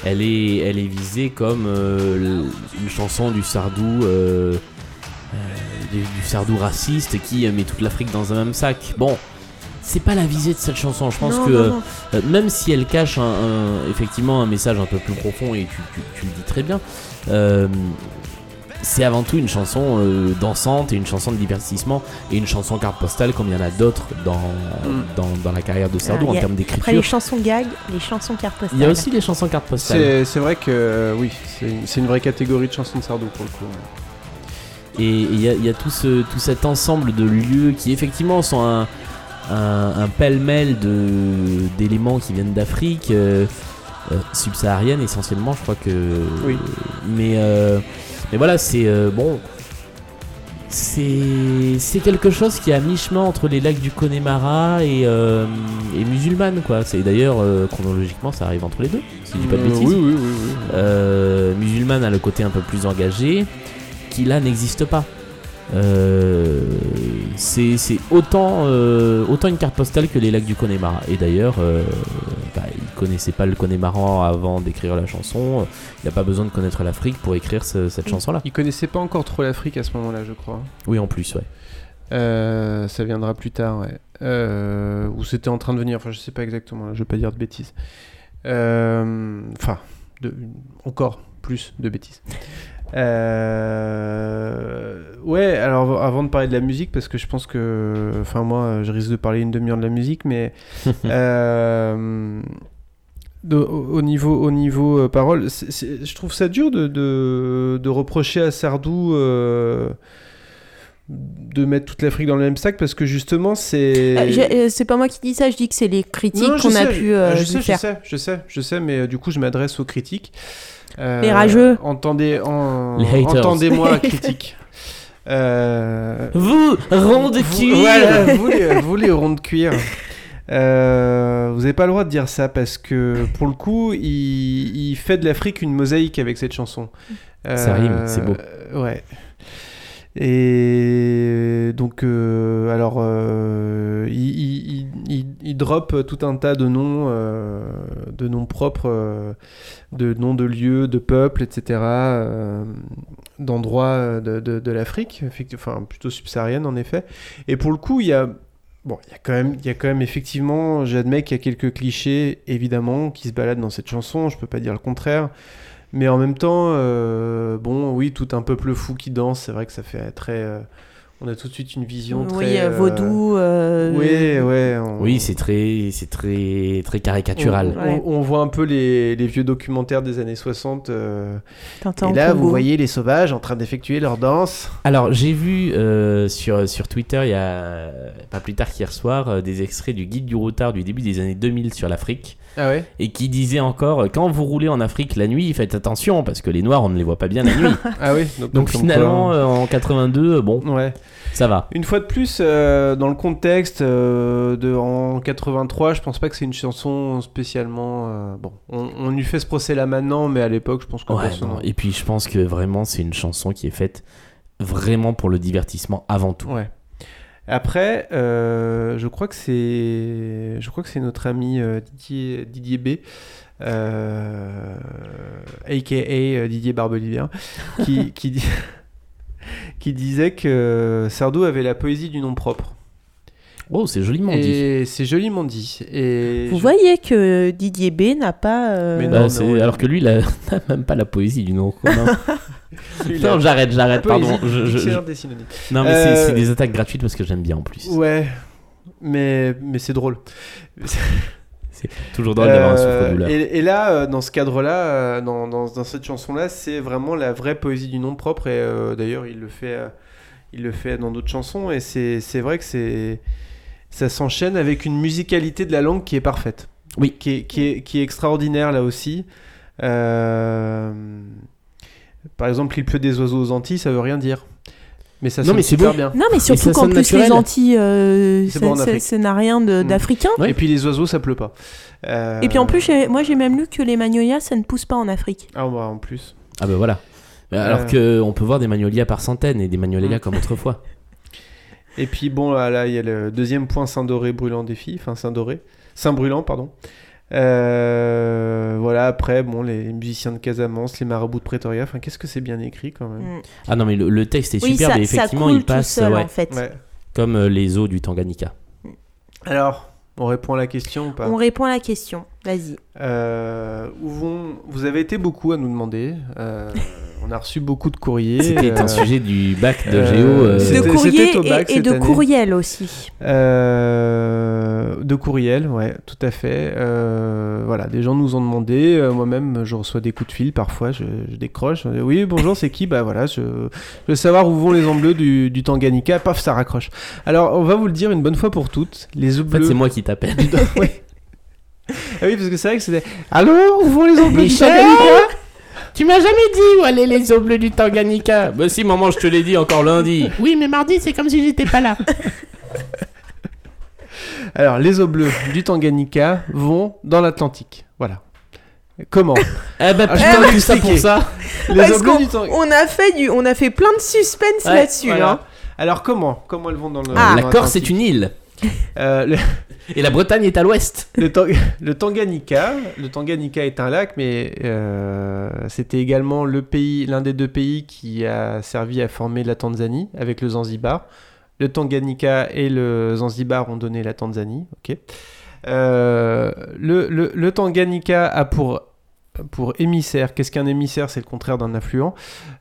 Speaker 7: elle, est, elle est visée comme euh, l- une chanson du Sardou. euh, euh, du, du Sardou raciste qui euh, met toute l'Afrique dans un même sac. Bon, c'est pas la visée de cette chanson. Je pense
Speaker 8: non,
Speaker 7: que
Speaker 8: non,
Speaker 7: euh,
Speaker 8: non.
Speaker 7: euh, même si elle cache un- un- effectivement un message un peu plus profond et tu, tu- tu le dis très bien, euh, c'est avant tout une chanson euh, dansante et une chanson de divertissement et une chanson carte postale comme il y en a d'autres dans, dans, dans la carrière de Sardou
Speaker 8: Ah, il y
Speaker 7: en
Speaker 8: a-
Speaker 7: termes
Speaker 8: Après les
Speaker 7: d'écriture.
Speaker 8: chansons gag, les chansons carte postale.
Speaker 7: Il y a aussi les chansons carte postale.
Speaker 6: C'est c'est vrai que euh, oui, c'est une, c'est une vraie catégorie de chansons de Sardou pour le coup.
Speaker 7: Et il y a, il y a tout, ce- tout cet ensemble de lieux qui effectivement sont un, un- un pêle-mêle de- d'éléments qui viennent d'Afrique euh, euh, subsaharienne essentiellement, je crois que.
Speaker 6: Oui.
Speaker 7: Mais, euh, mais voilà, c'est euh, bon. C'est c'est quelque chose qui est à mi-chemin entre les lacs du Connemara et, euh, et musulmane, quoi. C'est d'ailleurs euh, chronologiquement ça arrive entre les deux, si je dis pas de
Speaker 6: Euh,
Speaker 7: bêtises.
Speaker 6: oui, oui, oui, oui.
Speaker 7: Euh, musulmane a le côté un peu plus engagé, qui là n'existe pas. Euh, C'est c'est autant, euh, autant une carte postale que les lacs du Connemara. Et d'ailleurs, euh, bah, il connaissait pas le Connemara avant d'écrire la chanson. Il n'a pas besoin de connaître l'Afrique pour écrire ce- cette chanson-là.
Speaker 6: Il connaissait pas encore trop l'Afrique à ce moment-là, je crois.
Speaker 7: Oui, en plus, ouais.
Speaker 6: Euh, ça viendra plus tard, ouais. Euh, ou c'était en train de venir, enfin je sais pas exactement, là, je vais pas dire de bêtises. Euh, Enfin, de- encore plus de bêtises. Euh, ouais, alors avant de parler de la musique, parce que je pense que, enfin moi, je risque de parler une demi-heure de la musique, mais euh, de- au au niveau, au niveau euh, parole, c'est- c'est- je trouve ça dur de, de, de reprocher à Sardou. euh, de mettre toute l'Afrique dans le même sac parce que justement c'est
Speaker 8: Euh, je- euh, c'est pas moi qui dis ça, je dis que c'est les critiques
Speaker 6: Non, je
Speaker 8: qu'on a
Speaker 6: sais, Ah,
Speaker 8: pu euh,
Speaker 6: je
Speaker 8: lui
Speaker 6: sais,
Speaker 8: faire.
Speaker 6: Je sais, je sais, je sais, mais euh, du coup, je m'adresse aux critiques. Euh,
Speaker 8: Les rageux.
Speaker 6: Entendez, en-
Speaker 7: Les haters.
Speaker 6: entendez-moi, critiques. Euh,
Speaker 7: Vous, rond de
Speaker 6: vous-
Speaker 7: cuir
Speaker 6: voilà, vous, les, vous, les ronds de cuir. Euh, vous n'avez pas le droit de dire ça parce que pour le coup, il, il fait de l'Afrique une mosaïque avec cette chanson.
Speaker 7: Ça rime, c'est beau.
Speaker 6: euh, Ouais. Et donc, euh, alors, euh, il, il, il- il- il drop tout un tas de noms, euh, de noms propres, euh, de noms de lieux, de peuples, etc. euh, d'endroits euh, de, de- de l'Afrique, effecti- enfin plutôt subsaharienne en effet. Et pour le coup, il y a bon, il y a quand même, il y a quand même effectivement, j'admets qu'il y a quelques clichés évidemment qui se baladent dans cette chanson. Je peux pas dire le contraire. Mais en même temps, euh, bon, oui, tout un peuple fou qui danse, c'est vrai que ça fait très. euh, on a tout de suite une vision très.
Speaker 8: Oui, euh,
Speaker 6: euh,
Speaker 8: vaudou. euh,
Speaker 6: Oui, ouais. on-
Speaker 7: Oui, c'est très, c'est très, très caricatural.
Speaker 6: On,
Speaker 8: Ouais.
Speaker 6: on voit un peu les, les vieux documentaires des années 60. euh,
Speaker 8: Tintin
Speaker 6: et
Speaker 8: au
Speaker 6: là, vous
Speaker 8: Congo.
Speaker 6: voyez les sauvages en train d'effectuer leur danse.
Speaker 7: Alors, j'ai vu euh, sur, sur Twitter, il y a euh, pas plus tard qu'hier soir, euh, des extraits du guide du routard du début des années 2000 sur l'Afrique.
Speaker 6: Ah ouais
Speaker 7: Et qui disait encore, euh, quand vous roulez en Afrique la nuit, faites attention, parce que les noirs, on ne les voit pas bien la nuit.
Speaker 6: Ah oui, donc,
Speaker 7: Donc
Speaker 6: comme
Speaker 7: finalement,
Speaker 6: quoi,
Speaker 7: euh, en 82, euh, bon,
Speaker 6: ouais.
Speaker 7: ça va.
Speaker 6: Une fois de plus, euh, dans le contexte euh, de en 83, je pense pas que c'est une chanson spécialement. euh, bon, on, on lui fait ce procès là maintenant, mais à l'époque, je pense qu'on
Speaker 7: Ouais,
Speaker 6: pense-
Speaker 7: non. Et puis je pense que vraiment, c'est une chanson qui est faite vraiment pour le divertissement avant tout.
Speaker 6: Ouais. Après, euh, je crois que c'est, je crois que c'est notre ami euh, Didier, Didier B, euh, aka euh, Didier Barbelivier, qui, qui, dit- qui disait que Sardou avait la poésie du nom propre.
Speaker 7: Wow, Oh, c'est joliment dit.
Speaker 6: Et c'est joliment dit. Et
Speaker 8: Vous
Speaker 6: je-
Speaker 8: voyez que Didier B n'a pas. euh,
Speaker 6: Mais non.
Speaker 7: Bah, c'est-
Speaker 6: ouais.
Speaker 7: Alors que lui, il a n'a même pas la poésie du nom commun.
Speaker 6: lui, il a-
Speaker 7: non, j'arrête, j'arrête, pardon.
Speaker 6: Poésie,
Speaker 7: Je- je-
Speaker 6: dictionnaire des synonymes.
Speaker 7: je- Non, mais c'est-
Speaker 6: Euh,
Speaker 7: c'est des attaques gratuites parce que j'aime bien en plus.
Speaker 6: Ouais, mais, mais c'est drôle.
Speaker 7: Toujours drôle d'avoir un
Speaker 6: Euh,
Speaker 7: souffre-douleur.
Speaker 6: et, et là, euh, dans ce cadre-là, euh, dans, dans- dans cette chanson-là, c'est vraiment la vraie poésie du nom propre. Et euh, d'ailleurs, il le fait, euh, il le fait dans d'autres chansons. Et c'est c'est vrai que c'est ça s'enchaîne avec une musicalité de la langue qui est parfaite.
Speaker 7: Oui.
Speaker 6: qui est, qui est, qui est extraordinaire là aussi. Euh, Par exemple, il pleut des oiseaux aux Antilles, ça veut rien dire. Mais ça
Speaker 7: Non,
Speaker 6: sonne
Speaker 7: mais c'est
Speaker 6: super
Speaker 7: beau.
Speaker 6: bien.
Speaker 8: Non, mais surtout
Speaker 7: ça
Speaker 8: qu'en
Speaker 7: sonne
Speaker 8: plus,
Speaker 7: naturel.
Speaker 8: les Antilles, euh,
Speaker 6: C'est bon en
Speaker 8: ça- ça-
Speaker 6: Afrique.
Speaker 8: ça n'a rien de-
Speaker 6: Mm.
Speaker 8: d'africain.
Speaker 7: Ouais.
Speaker 6: Et puis les oiseaux, ça pleut pas. Euh,
Speaker 8: Et puis en plus, j'ai- moi j'ai même lu que les magnolias, ça ne pousse pas en Afrique.
Speaker 6: Ah, bah, en plus.
Speaker 7: Ah bah voilà. Bah, Alors que on peut voir des magnolias par centaines et des magnolias
Speaker 6: Mm.
Speaker 7: comme autrefois.
Speaker 6: Et puis bon, là, là, il y a le deuxième point Saint-Doré brûlant des filles, enfin Saint-Doré, Saint-Brûlant, pardon. Euh, voilà, après, bon, les musiciens de Casamance, les marabouts de Pretoria, enfin, qu'est-ce que c'est bien écrit quand même.
Speaker 8: Mm.
Speaker 7: Ah non, mais le, le texte est
Speaker 8: Oui,
Speaker 7: superbe
Speaker 8: ça,
Speaker 7: et
Speaker 8: ça
Speaker 7: effectivement,
Speaker 8: coule
Speaker 7: il passe
Speaker 8: tout seul hein.
Speaker 7: ouais,
Speaker 8: en fait.
Speaker 6: Ouais.
Speaker 7: comme euh, les eaux du Tanganyika.
Speaker 6: Alors, on répond à la question ou pas
Speaker 8: On répond à la question. Vas-y.
Speaker 6: Euh, Où vont Vous avez été beaucoup à nous demander. euh, on a reçu beaucoup de courriers.
Speaker 7: C'était
Speaker 6: euh,
Speaker 7: un sujet du bac de
Speaker 6: euh,
Speaker 7: Géo. euh,
Speaker 6: C'était-
Speaker 8: De
Speaker 6: c'était
Speaker 8: courrier
Speaker 6: au bac
Speaker 8: et, et
Speaker 6: cette
Speaker 8: de
Speaker 6: année.
Speaker 8: courriel aussi.
Speaker 6: Euh, de courriel, ouais, tout à fait. Euh, voilà, des gens nous ont demandé. euh, Moi-même, je reçois des coups de fil parfois, je, je décroche. je dis, oui, bonjour, c'est qui Bah voilà, je, je veux savoir où vont les hommes bleus du, du Tanganyika. Paf, ça raccroche. Alors, on va vous le dire une bonne fois pour toutes. Les hommes
Speaker 7: En fait,
Speaker 6: bleus.
Speaker 7: c'est moi qui t'appelle.
Speaker 6: Ouais. Ah oui, parce que c'est vrai que c'était. Allô, où vont les hommes bleus du
Speaker 7: Michel
Speaker 6: Tanganyika
Speaker 7: Tu m'as jamais dit où allaient les eaux bleues du Tanganyika Bah si, maman, je te l'ai dit encore lundi. Oui, mais mardi, c'est comme si j'étais pas là.
Speaker 6: Alors, les eaux bleues du Tanganyika vont dans l'Atlantique. Voilà. Comment
Speaker 7: Eh bah
Speaker 6: Ah, je
Speaker 7: putain,
Speaker 6: peux
Speaker 7: tout ça
Speaker 6: m'expliquer.
Speaker 7: pour ça
Speaker 6: Les
Speaker 8: Parce
Speaker 6: eaux bleues
Speaker 8: qu'on-
Speaker 6: du Tanganyika.
Speaker 8: On a fait du, on a fait plein de suspense
Speaker 7: Ouais,
Speaker 8: là-dessus.
Speaker 6: Voilà.
Speaker 8: hein.
Speaker 6: Alors comment Comment elles vont dans le.
Speaker 8: Ah.
Speaker 7: la Corse est une île
Speaker 6: le,
Speaker 7: et la Bretagne est à l'ouest.
Speaker 6: le Tang- le Tanganyika, le Tanganyika est un lac, mais euh, c'était également le pays, l'un des deux pays qui a servi à former la Tanzanie avec le Zanzibar. Le Tanganyika et le Zanzibar ont donné la Tanzanie. Ok. Euh, le, le- le Tanganyika a pour pour émissaire. Qu'est-ce qu'un émissaire C'est le contraire d'un affluent.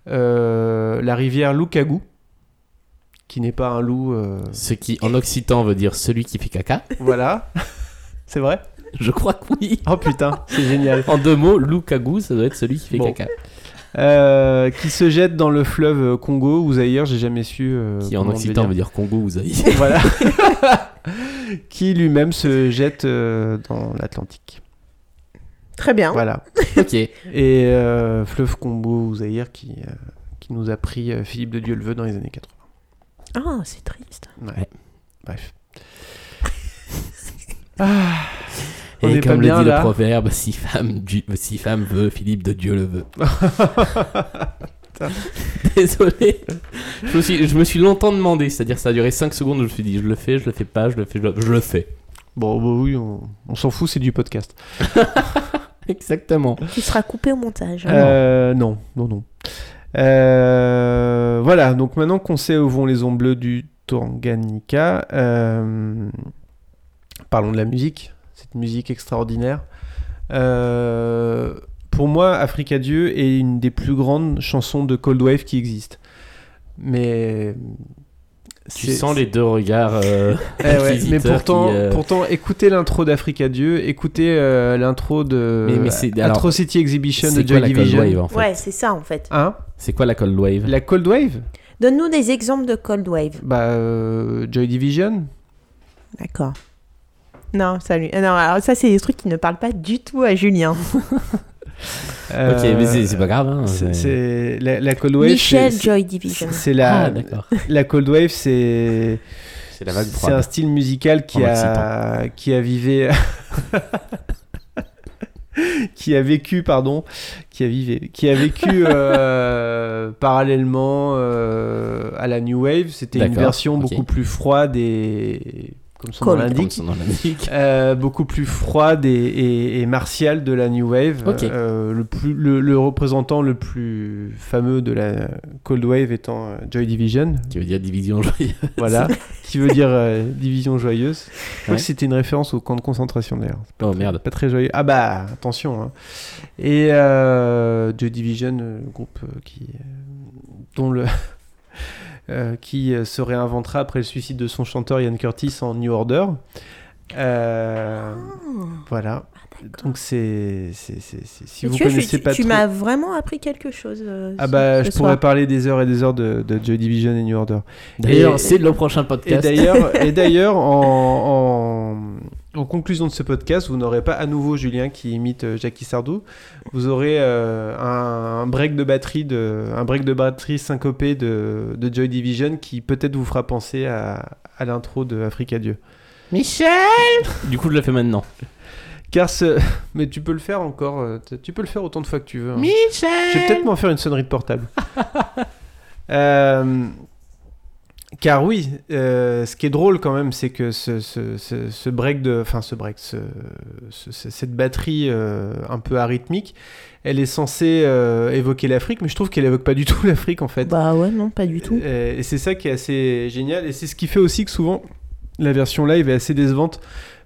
Speaker 6: Euh, la rivière Lukagu, qui n'est pas un loup. euh,
Speaker 7: Ce qui en occitan veut dire celui qui fait caca.
Speaker 6: voilà. C'est vrai
Speaker 7: Je crois que oui.
Speaker 6: Oh putain, c'est génial.
Speaker 7: En deux mots, Lukagu, ça doit être celui qui fait
Speaker 6: Bon.
Speaker 7: caca.
Speaker 6: Euh, qui se jette dans le fleuve euh, Congo ou ailleurs, j'ai jamais su. euh,
Speaker 7: Qui en
Speaker 6: comment on devait
Speaker 7: occitan veut
Speaker 6: dire.
Speaker 7: dire Congo ou Zaïre.
Speaker 6: Voilà. qui lui-même se jette euh, dans l'Atlantique.
Speaker 8: Très bien.
Speaker 6: Voilà.
Speaker 7: ok.
Speaker 6: Et euh, fleuve Congo ou Zaïre qui, euh, qui nous a pris euh, Philippe de Dieuleveux dans les années 80.
Speaker 8: Ah, c'est triste.
Speaker 6: Ouais.
Speaker 7: Ouais.
Speaker 6: Bref. Ah. On est
Speaker 7: Et
Speaker 6: pas
Speaker 7: comme le
Speaker 6: bien,
Speaker 7: dit
Speaker 6: là.
Speaker 7: le proverbe, si femme, du- si femme veut, Philippe de Dieu le veut. Désolé. Je me, suis, je me suis longtemps demandé, c'est-à-dire ça a duré 5 secondes, je me suis dit je le fais, je le fais pas, je le fais, je le, je le fais.
Speaker 6: Bon, bah oui, on, on s'en fout, c'est du podcast.
Speaker 7: Exactement.
Speaker 8: Tu seras coupé au montage. hein.
Speaker 6: Euh, non, non, non. Euh, voilà, donc maintenant qu'on sait où vont les ondes bleues du Tanganyika, euh, parlons de la musique, cette musique extraordinaire. Euh, pour moi, Africa Dieu est une des plus grandes chansons de Cold Wave qui existe. Mais.
Speaker 7: Tu
Speaker 6: c'est-
Speaker 7: sens les deux regards. euh,
Speaker 6: Eh ouais, mais
Speaker 7: inquisiteurs
Speaker 6: pourtant,
Speaker 7: qui, euh,
Speaker 6: pourtant, écoutez l'intro d'Africa Dieu, écoutez euh, l'intro de
Speaker 7: Mais- mais c'est- alors,
Speaker 6: Atrocity Exhibition
Speaker 7: c'est
Speaker 6: de
Speaker 7: quoi
Speaker 6: Joy
Speaker 7: la cold
Speaker 6: Division.
Speaker 7: wave en fait
Speaker 8: ouais, c'est ça en fait.
Speaker 6: Hein
Speaker 7: C'est quoi la cold wave
Speaker 6: La Cold Wave
Speaker 8: Donne-nous des exemples de Cold Wave.
Speaker 6: Bah, euh, Joy Division
Speaker 8: D'accord. Non, salut. Ah Non, alors ça, c'est des trucs qui ne parlent pas du tout à Julien.
Speaker 6: Euh,
Speaker 7: Ok, mais c'est- c'est pas grave. Hein,
Speaker 6: c'est-
Speaker 7: mais-
Speaker 6: c'est- la, la Cold Wave.
Speaker 8: Michel
Speaker 6: c'est-
Speaker 8: Joy
Speaker 6: c'est-
Speaker 8: Division.
Speaker 6: C'est
Speaker 7: Ah,
Speaker 6: la,
Speaker 7: d'accord.
Speaker 6: la Cold Wave, c'est
Speaker 7: C'est la vague
Speaker 6: c'est
Speaker 7: froide.
Speaker 6: un style musical qui
Speaker 7: En
Speaker 6: a qui a vivé qui a vécu pardon qui a vivé qui a vécu euh, parallèlement euh, à la new wave. C'était une
Speaker 7: D'accord,
Speaker 6: version
Speaker 7: ok.
Speaker 6: beaucoup plus froide et comme son nom
Speaker 8: Cold.
Speaker 7: Comme
Speaker 6: l'indique,
Speaker 7: son nom l'indique.
Speaker 6: Euh, beaucoup plus froide et, et- et martiale de la New Wave.
Speaker 7: Ok.
Speaker 6: Euh, le, plus, le, le représentant le plus fameux de la Cold Wave étant euh, Joy Division,
Speaker 7: Qui veut dire division joyeuse.
Speaker 6: voilà, qui veut dire euh, division joyeuse. Je crois
Speaker 7: Ouais.
Speaker 6: que c'était une référence au camp de concentration d'ailleurs.
Speaker 7: Oh merde.
Speaker 6: Pas très joyeux. Ah bah, attention. hein. Et euh, Joy Division, euh, le groupe euh, qui, euh, dont le euh, qui euh, se réinventera après le suicide de son chanteur Ian Curtis en New Order. Euh,
Speaker 8: Ah,
Speaker 6: Voilà. Donc c'est c'est- c'est- c'est- si
Speaker 8: Mais
Speaker 6: vous
Speaker 8: tu vois, je-
Speaker 6: connaissez
Speaker 8: tu-
Speaker 6: pas
Speaker 8: tu
Speaker 6: trop-
Speaker 8: m'as vraiment appris quelque chose. euh,
Speaker 6: Ah
Speaker 8: ce-
Speaker 6: bah,
Speaker 8: ce
Speaker 6: je pourrais
Speaker 8: soir.
Speaker 6: parler des heures et des heures de, de Joy Division et New Order.
Speaker 7: D'ailleurs,
Speaker 6: Et-
Speaker 7: c'est le prochain
Speaker 6: Et
Speaker 7: podcast.
Speaker 6: d'ailleurs, et d'ailleurs, en, en- en conclusion de ce podcast, vous n'aurez pas à nouveau Julien qui imite euh, Jackie Sardou. Vous aurez euh, un, un break de batterie, de, un break de batterie syncopé de, de Joy Division qui peut-être vous fera penser à, à l'intro de Africa Dieu.
Speaker 7: Michel Du coup, je le fais maintenant.
Speaker 6: Car ce, mais tu peux le faire encore, euh, t- tu peux le faire autant de fois que tu veux. hein. Je vais peut-être m'en faire une sonnerie de portable. Euh, car oui, euh, ce qui est drôle quand même, c'est que ce, ce- ce- ce break de, enfin ce break, ce- ce- ce- cette batterie euh, un peu arythmique, elle est censée euh, évoquer l'Afrique, mais je trouve qu'elle évoque pas du tout l'Afrique en fait.
Speaker 8: Bah ouais, non, pas du tout.
Speaker 6: Euh, Et c'est ça qui est assez génial. Et c'est ce qui fait aussi que souvent, la version live est assez décevante.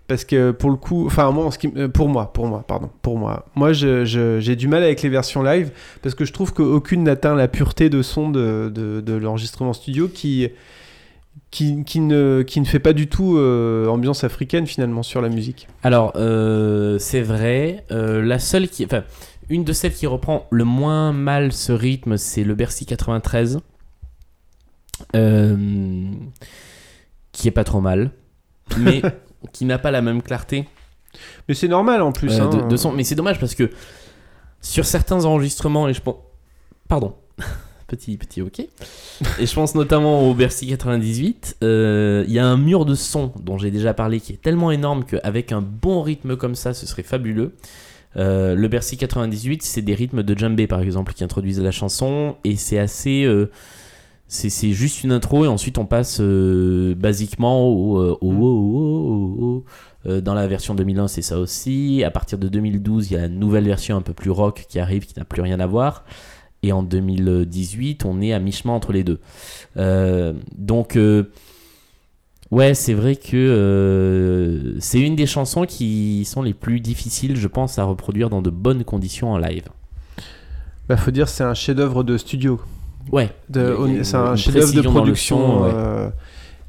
Speaker 6: Parce que pour le coup, enfin, moi, en ce qui- euh, pour moi, pour moi, pardon, pour moi, moi, je- je- j'ai du mal avec les versions live parce que je trouve qu'aucune n'atteint la pureté de son de, de- de l'enregistrement studio qui, qui, qui ne, qui ne fait pas du tout euh, ambiance africaine finalement sur la musique.
Speaker 7: Alors, euh, c'est vrai. euh, la seule qui. Enfin, une de celles qui reprend le moins mal ce rythme, c'est le Bercy 93. euh, qui est pas trop mal. Mais qui n'a pas la même clarté.
Speaker 6: Mais c'est normal en plus.
Speaker 7: euh,
Speaker 6: hein.
Speaker 7: de, de son. Mais c'est dommage parce que sur certains enregistrements, et je pense. Pardon. petit, petit ok. Et je pense notamment au Bercy 98. euh, Il y a un mur de son dont j'ai déjà parlé qui est tellement énorme qu'avec un bon rythme comme ça, ce serait fabuleux. Euh, le Bercy 98, c'est des rythmes de djembé par exemple qui introduisent la chanson et c'est assez. euh, C'est, c'est juste une intro et ensuite on passe euh, basiquement au, euh, au- au- au- au- au- euh, dans la version 2001 c'est ça aussi. À partir de 2012 il y a une nouvelle version un peu plus rock qui arrive qui n'a plus rien à voir. Et en 2018 on est à mi-chemin entre les deux. Euh, donc euh, ouais c'est vrai que euh, c'est une des chansons qui sont les plus difficiles je pense à reproduire dans de bonnes conditions en live.
Speaker 6: Bah, faut dire, c'est un chef-d'œuvre de studio.
Speaker 7: Ouais.
Speaker 6: De-
Speaker 7: Il y a- il y a
Speaker 6: c'est
Speaker 7: une
Speaker 6: un chef-d'œuvre de
Speaker 7: précision dans le son,
Speaker 6: production.
Speaker 7: ouais.
Speaker 6: euh,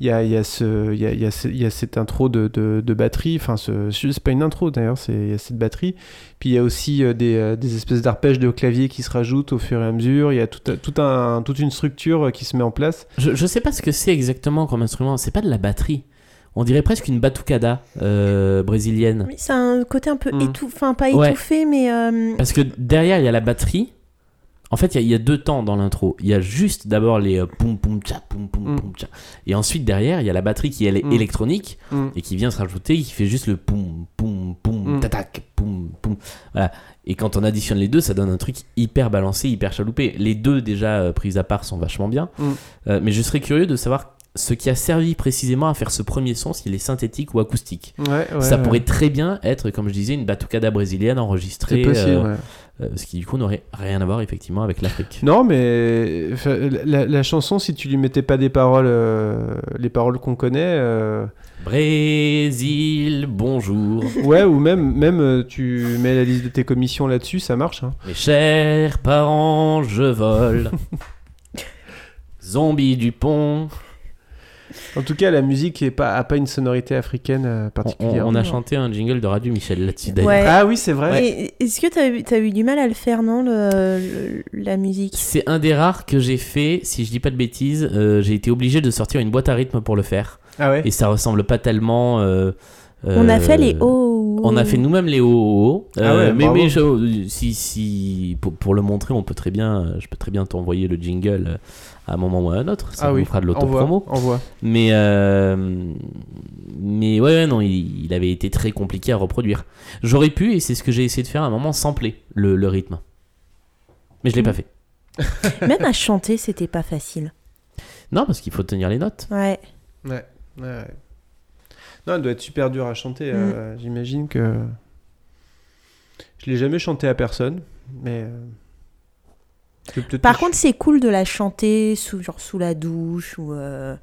Speaker 6: Il y, a, il y a ce- il y a- il y a ce- il y a cette intro de, de- de batterie, enfin, ce, c'est pas une intro d'ailleurs, c'est il y a cette batterie. Puis il y a aussi euh, des, euh, des espèces d'arpèges de clavier qui se rajoutent au fur et à mesure. Il y a tout, un- tout un, toute une structure euh, qui se met en place.
Speaker 7: Je, je sais pas ce que c'est exactement comme instrument. C'est pas de la batterie. On dirait presque une batucada euh, brésilienne.
Speaker 8: Mais c'est un côté un peu
Speaker 6: Mm.
Speaker 8: étouffé, enfin pas
Speaker 7: Ouais.
Speaker 8: étouffé, mais euh,
Speaker 6: Ah,
Speaker 7: Parce que derrière, il y a la batterie. En fait, il y a- il y, a deux temps dans l'intro. Il y a juste d'abord les euh, poum poum tcha, poum poum
Speaker 6: Mm.
Speaker 7: poum tcha. Et ensuite, derrière, il y a la batterie qui elle est
Speaker 6: Mm.
Speaker 7: électronique
Speaker 6: Mm.
Speaker 7: et qui vient se rajouter et qui fait juste le poum poum poum
Speaker 6: Mm.
Speaker 7: tatac poum poum. Voilà. Et quand on additionne les deux, ça donne un truc hyper balancé, hyper chaloupé. Les deux, déjà euh, prises à part, sont vachement bien.
Speaker 6: Mm.
Speaker 7: Euh, mais je serais curieux de savoir ce qui a servi précisément à faire ce premier son, s'il est synthétique ou acoustique.
Speaker 6: Ouais, ouais,
Speaker 7: ça
Speaker 6: ouais.
Speaker 7: pourrait très bien être, comme je disais, une batucada brésilienne enregistrée.
Speaker 6: C'est possible.
Speaker 7: euh,
Speaker 6: ouais.
Speaker 7: euh, ce qui du coup n'aurait rien à voir effectivement avec l'Afrique.
Speaker 6: Non, mais enfin, la, la chanson, si tu lui mettais pas des paroles, euh, les paroles qu'on connaît, euh,
Speaker 7: Brésil, bonjour,
Speaker 6: ouais, ou même, même euh, tu mets la liste de tes commissions là-dessus, ça marche. hein.
Speaker 7: mes chers parents, je vole. Zombie du pont.
Speaker 6: En tout cas, la musique est pas, a pas une sonorité africaine euh,
Speaker 7: On, on-
Speaker 6: particulière.
Speaker 7: on a chanté un jingle de Radio Michel là-dessus d'ailleurs.
Speaker 8: ouais.
Speaker 6: Ah oui, c'est vrai.
Speaker 8: Et- Est-ce que t'as eu- t'as eu du mal à le faire, non, le- le- la musique
Speaker 7: C'est un des rares que j'ai fait, si je dis pas de bêtises, euh, j'ai été obligé de sortir une boîte à rythme pour le faire.
Speaker 6: Ah ouais.
Speaker 7: Et ça ressemble pas tellement. euh,
Speaker 8: On a fait
Speaker 7: euh,
Speaker 8: les oh.
Speaker 7: On a fait nous-mêmes les OOO.
Speaker 6: Ah
Speaker 7: Euh,
Speaker 6: ouais,
Speaker 7: mais
Speaker 6: bravo.
Speaker 7: mais je- si, si, pour, pour le montrer, on peut très bien, euh, je peux très bien t'envoyer le jingle euh, à un moment ou à un autre. Ça
Speaker 6: ah
Speaker 7: nous
Speaker 6: oui.
Speaker 7: fera de
Speaker 6: Envoie,
Speaker 7: l'autopromo.
Speaker 6: envoie.
Speaker 7: Mais, euh, mais ouais, ouais, non, il, il avait été très compliqué à reproduire. J'aurais pu, et c'est ce que j'ai essayé de faire à un moment, sampler le, le rythme. Mais je l'ai pas fait.
Speaker 8: Même à chanter, c'était pas facile.
Speaker 7: Non, parce qu'il faut tenir les notes.
Speaker 8: Ouais.
Speaker 6: Ouais, ouais, ouais. Non, elle doit être super dure à
Speaker 8: Mm.
Speaker 6: chanter. euh, J'imagine que je l'ai jamais chanté à personne, mais. euh, je vais peut-être
Speaker 8: Par
Speaker 6: le
Speaker 8: contre, c'est cool de la chanter sous, genre sous la douche ou. euh,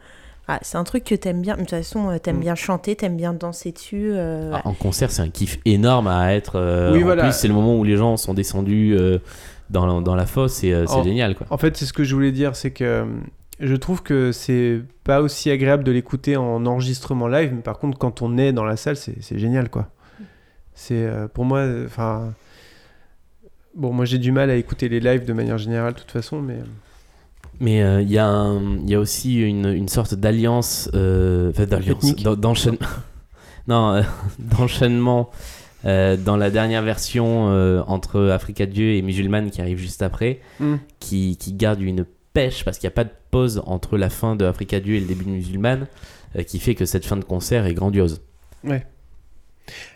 Speaker 8: Ah, c'est un truc que t'aimes bien. De toute façon, euh, t'aimes
Speaker 6: Mm.
Speaker 8: bien chanter, t'aimes bien danser dessus. euh,
Speaker 7: Ah, en concert, c'est un kiff énorme à être. euh,
Speaker 6: Oui,
Speaker 7: en
Speaker 6: voilà.
Speaker 7: plus, c'est le moment où les gens sont descendus euh, dans, la, dans la fosse et euh, c'est
Speaker 6: En-
Speaker 7: génial, quoi.
Speaker 6: En fait, c'est ce que je voulais dire, c'est que euh, je trouve que c'est pas aussi agréable de l'écouter en enregistrement live, mais par contre, quand on est dans la salle, c'est c'est génial, quoi. C'est euh, pour moi, enfin. Bon, moi j'ai du mal à écouter les lives de manière générale, de toute façon, mais. euh,
Speaker 7: Mais euh, il y, a un- il y a aussi une, une sorte d'alliance, euh, enfin, d'alliance,
Speaker 6: Ethnique.
Speaker 7: d'en- d'enchaînement, non, euh, d'enchaînement euh, dans la dernière version euh, entre Africa Dieu et Musulmane qui arrive juste après,
Speaker 6: Mm.
Speaker 7: qui, qui garde une pêche parce qu'il n'y a pas de pause entre la fin de Africa Dieu et le début de Musulmane, euh, qui fait que cette fin de concert est grandiose.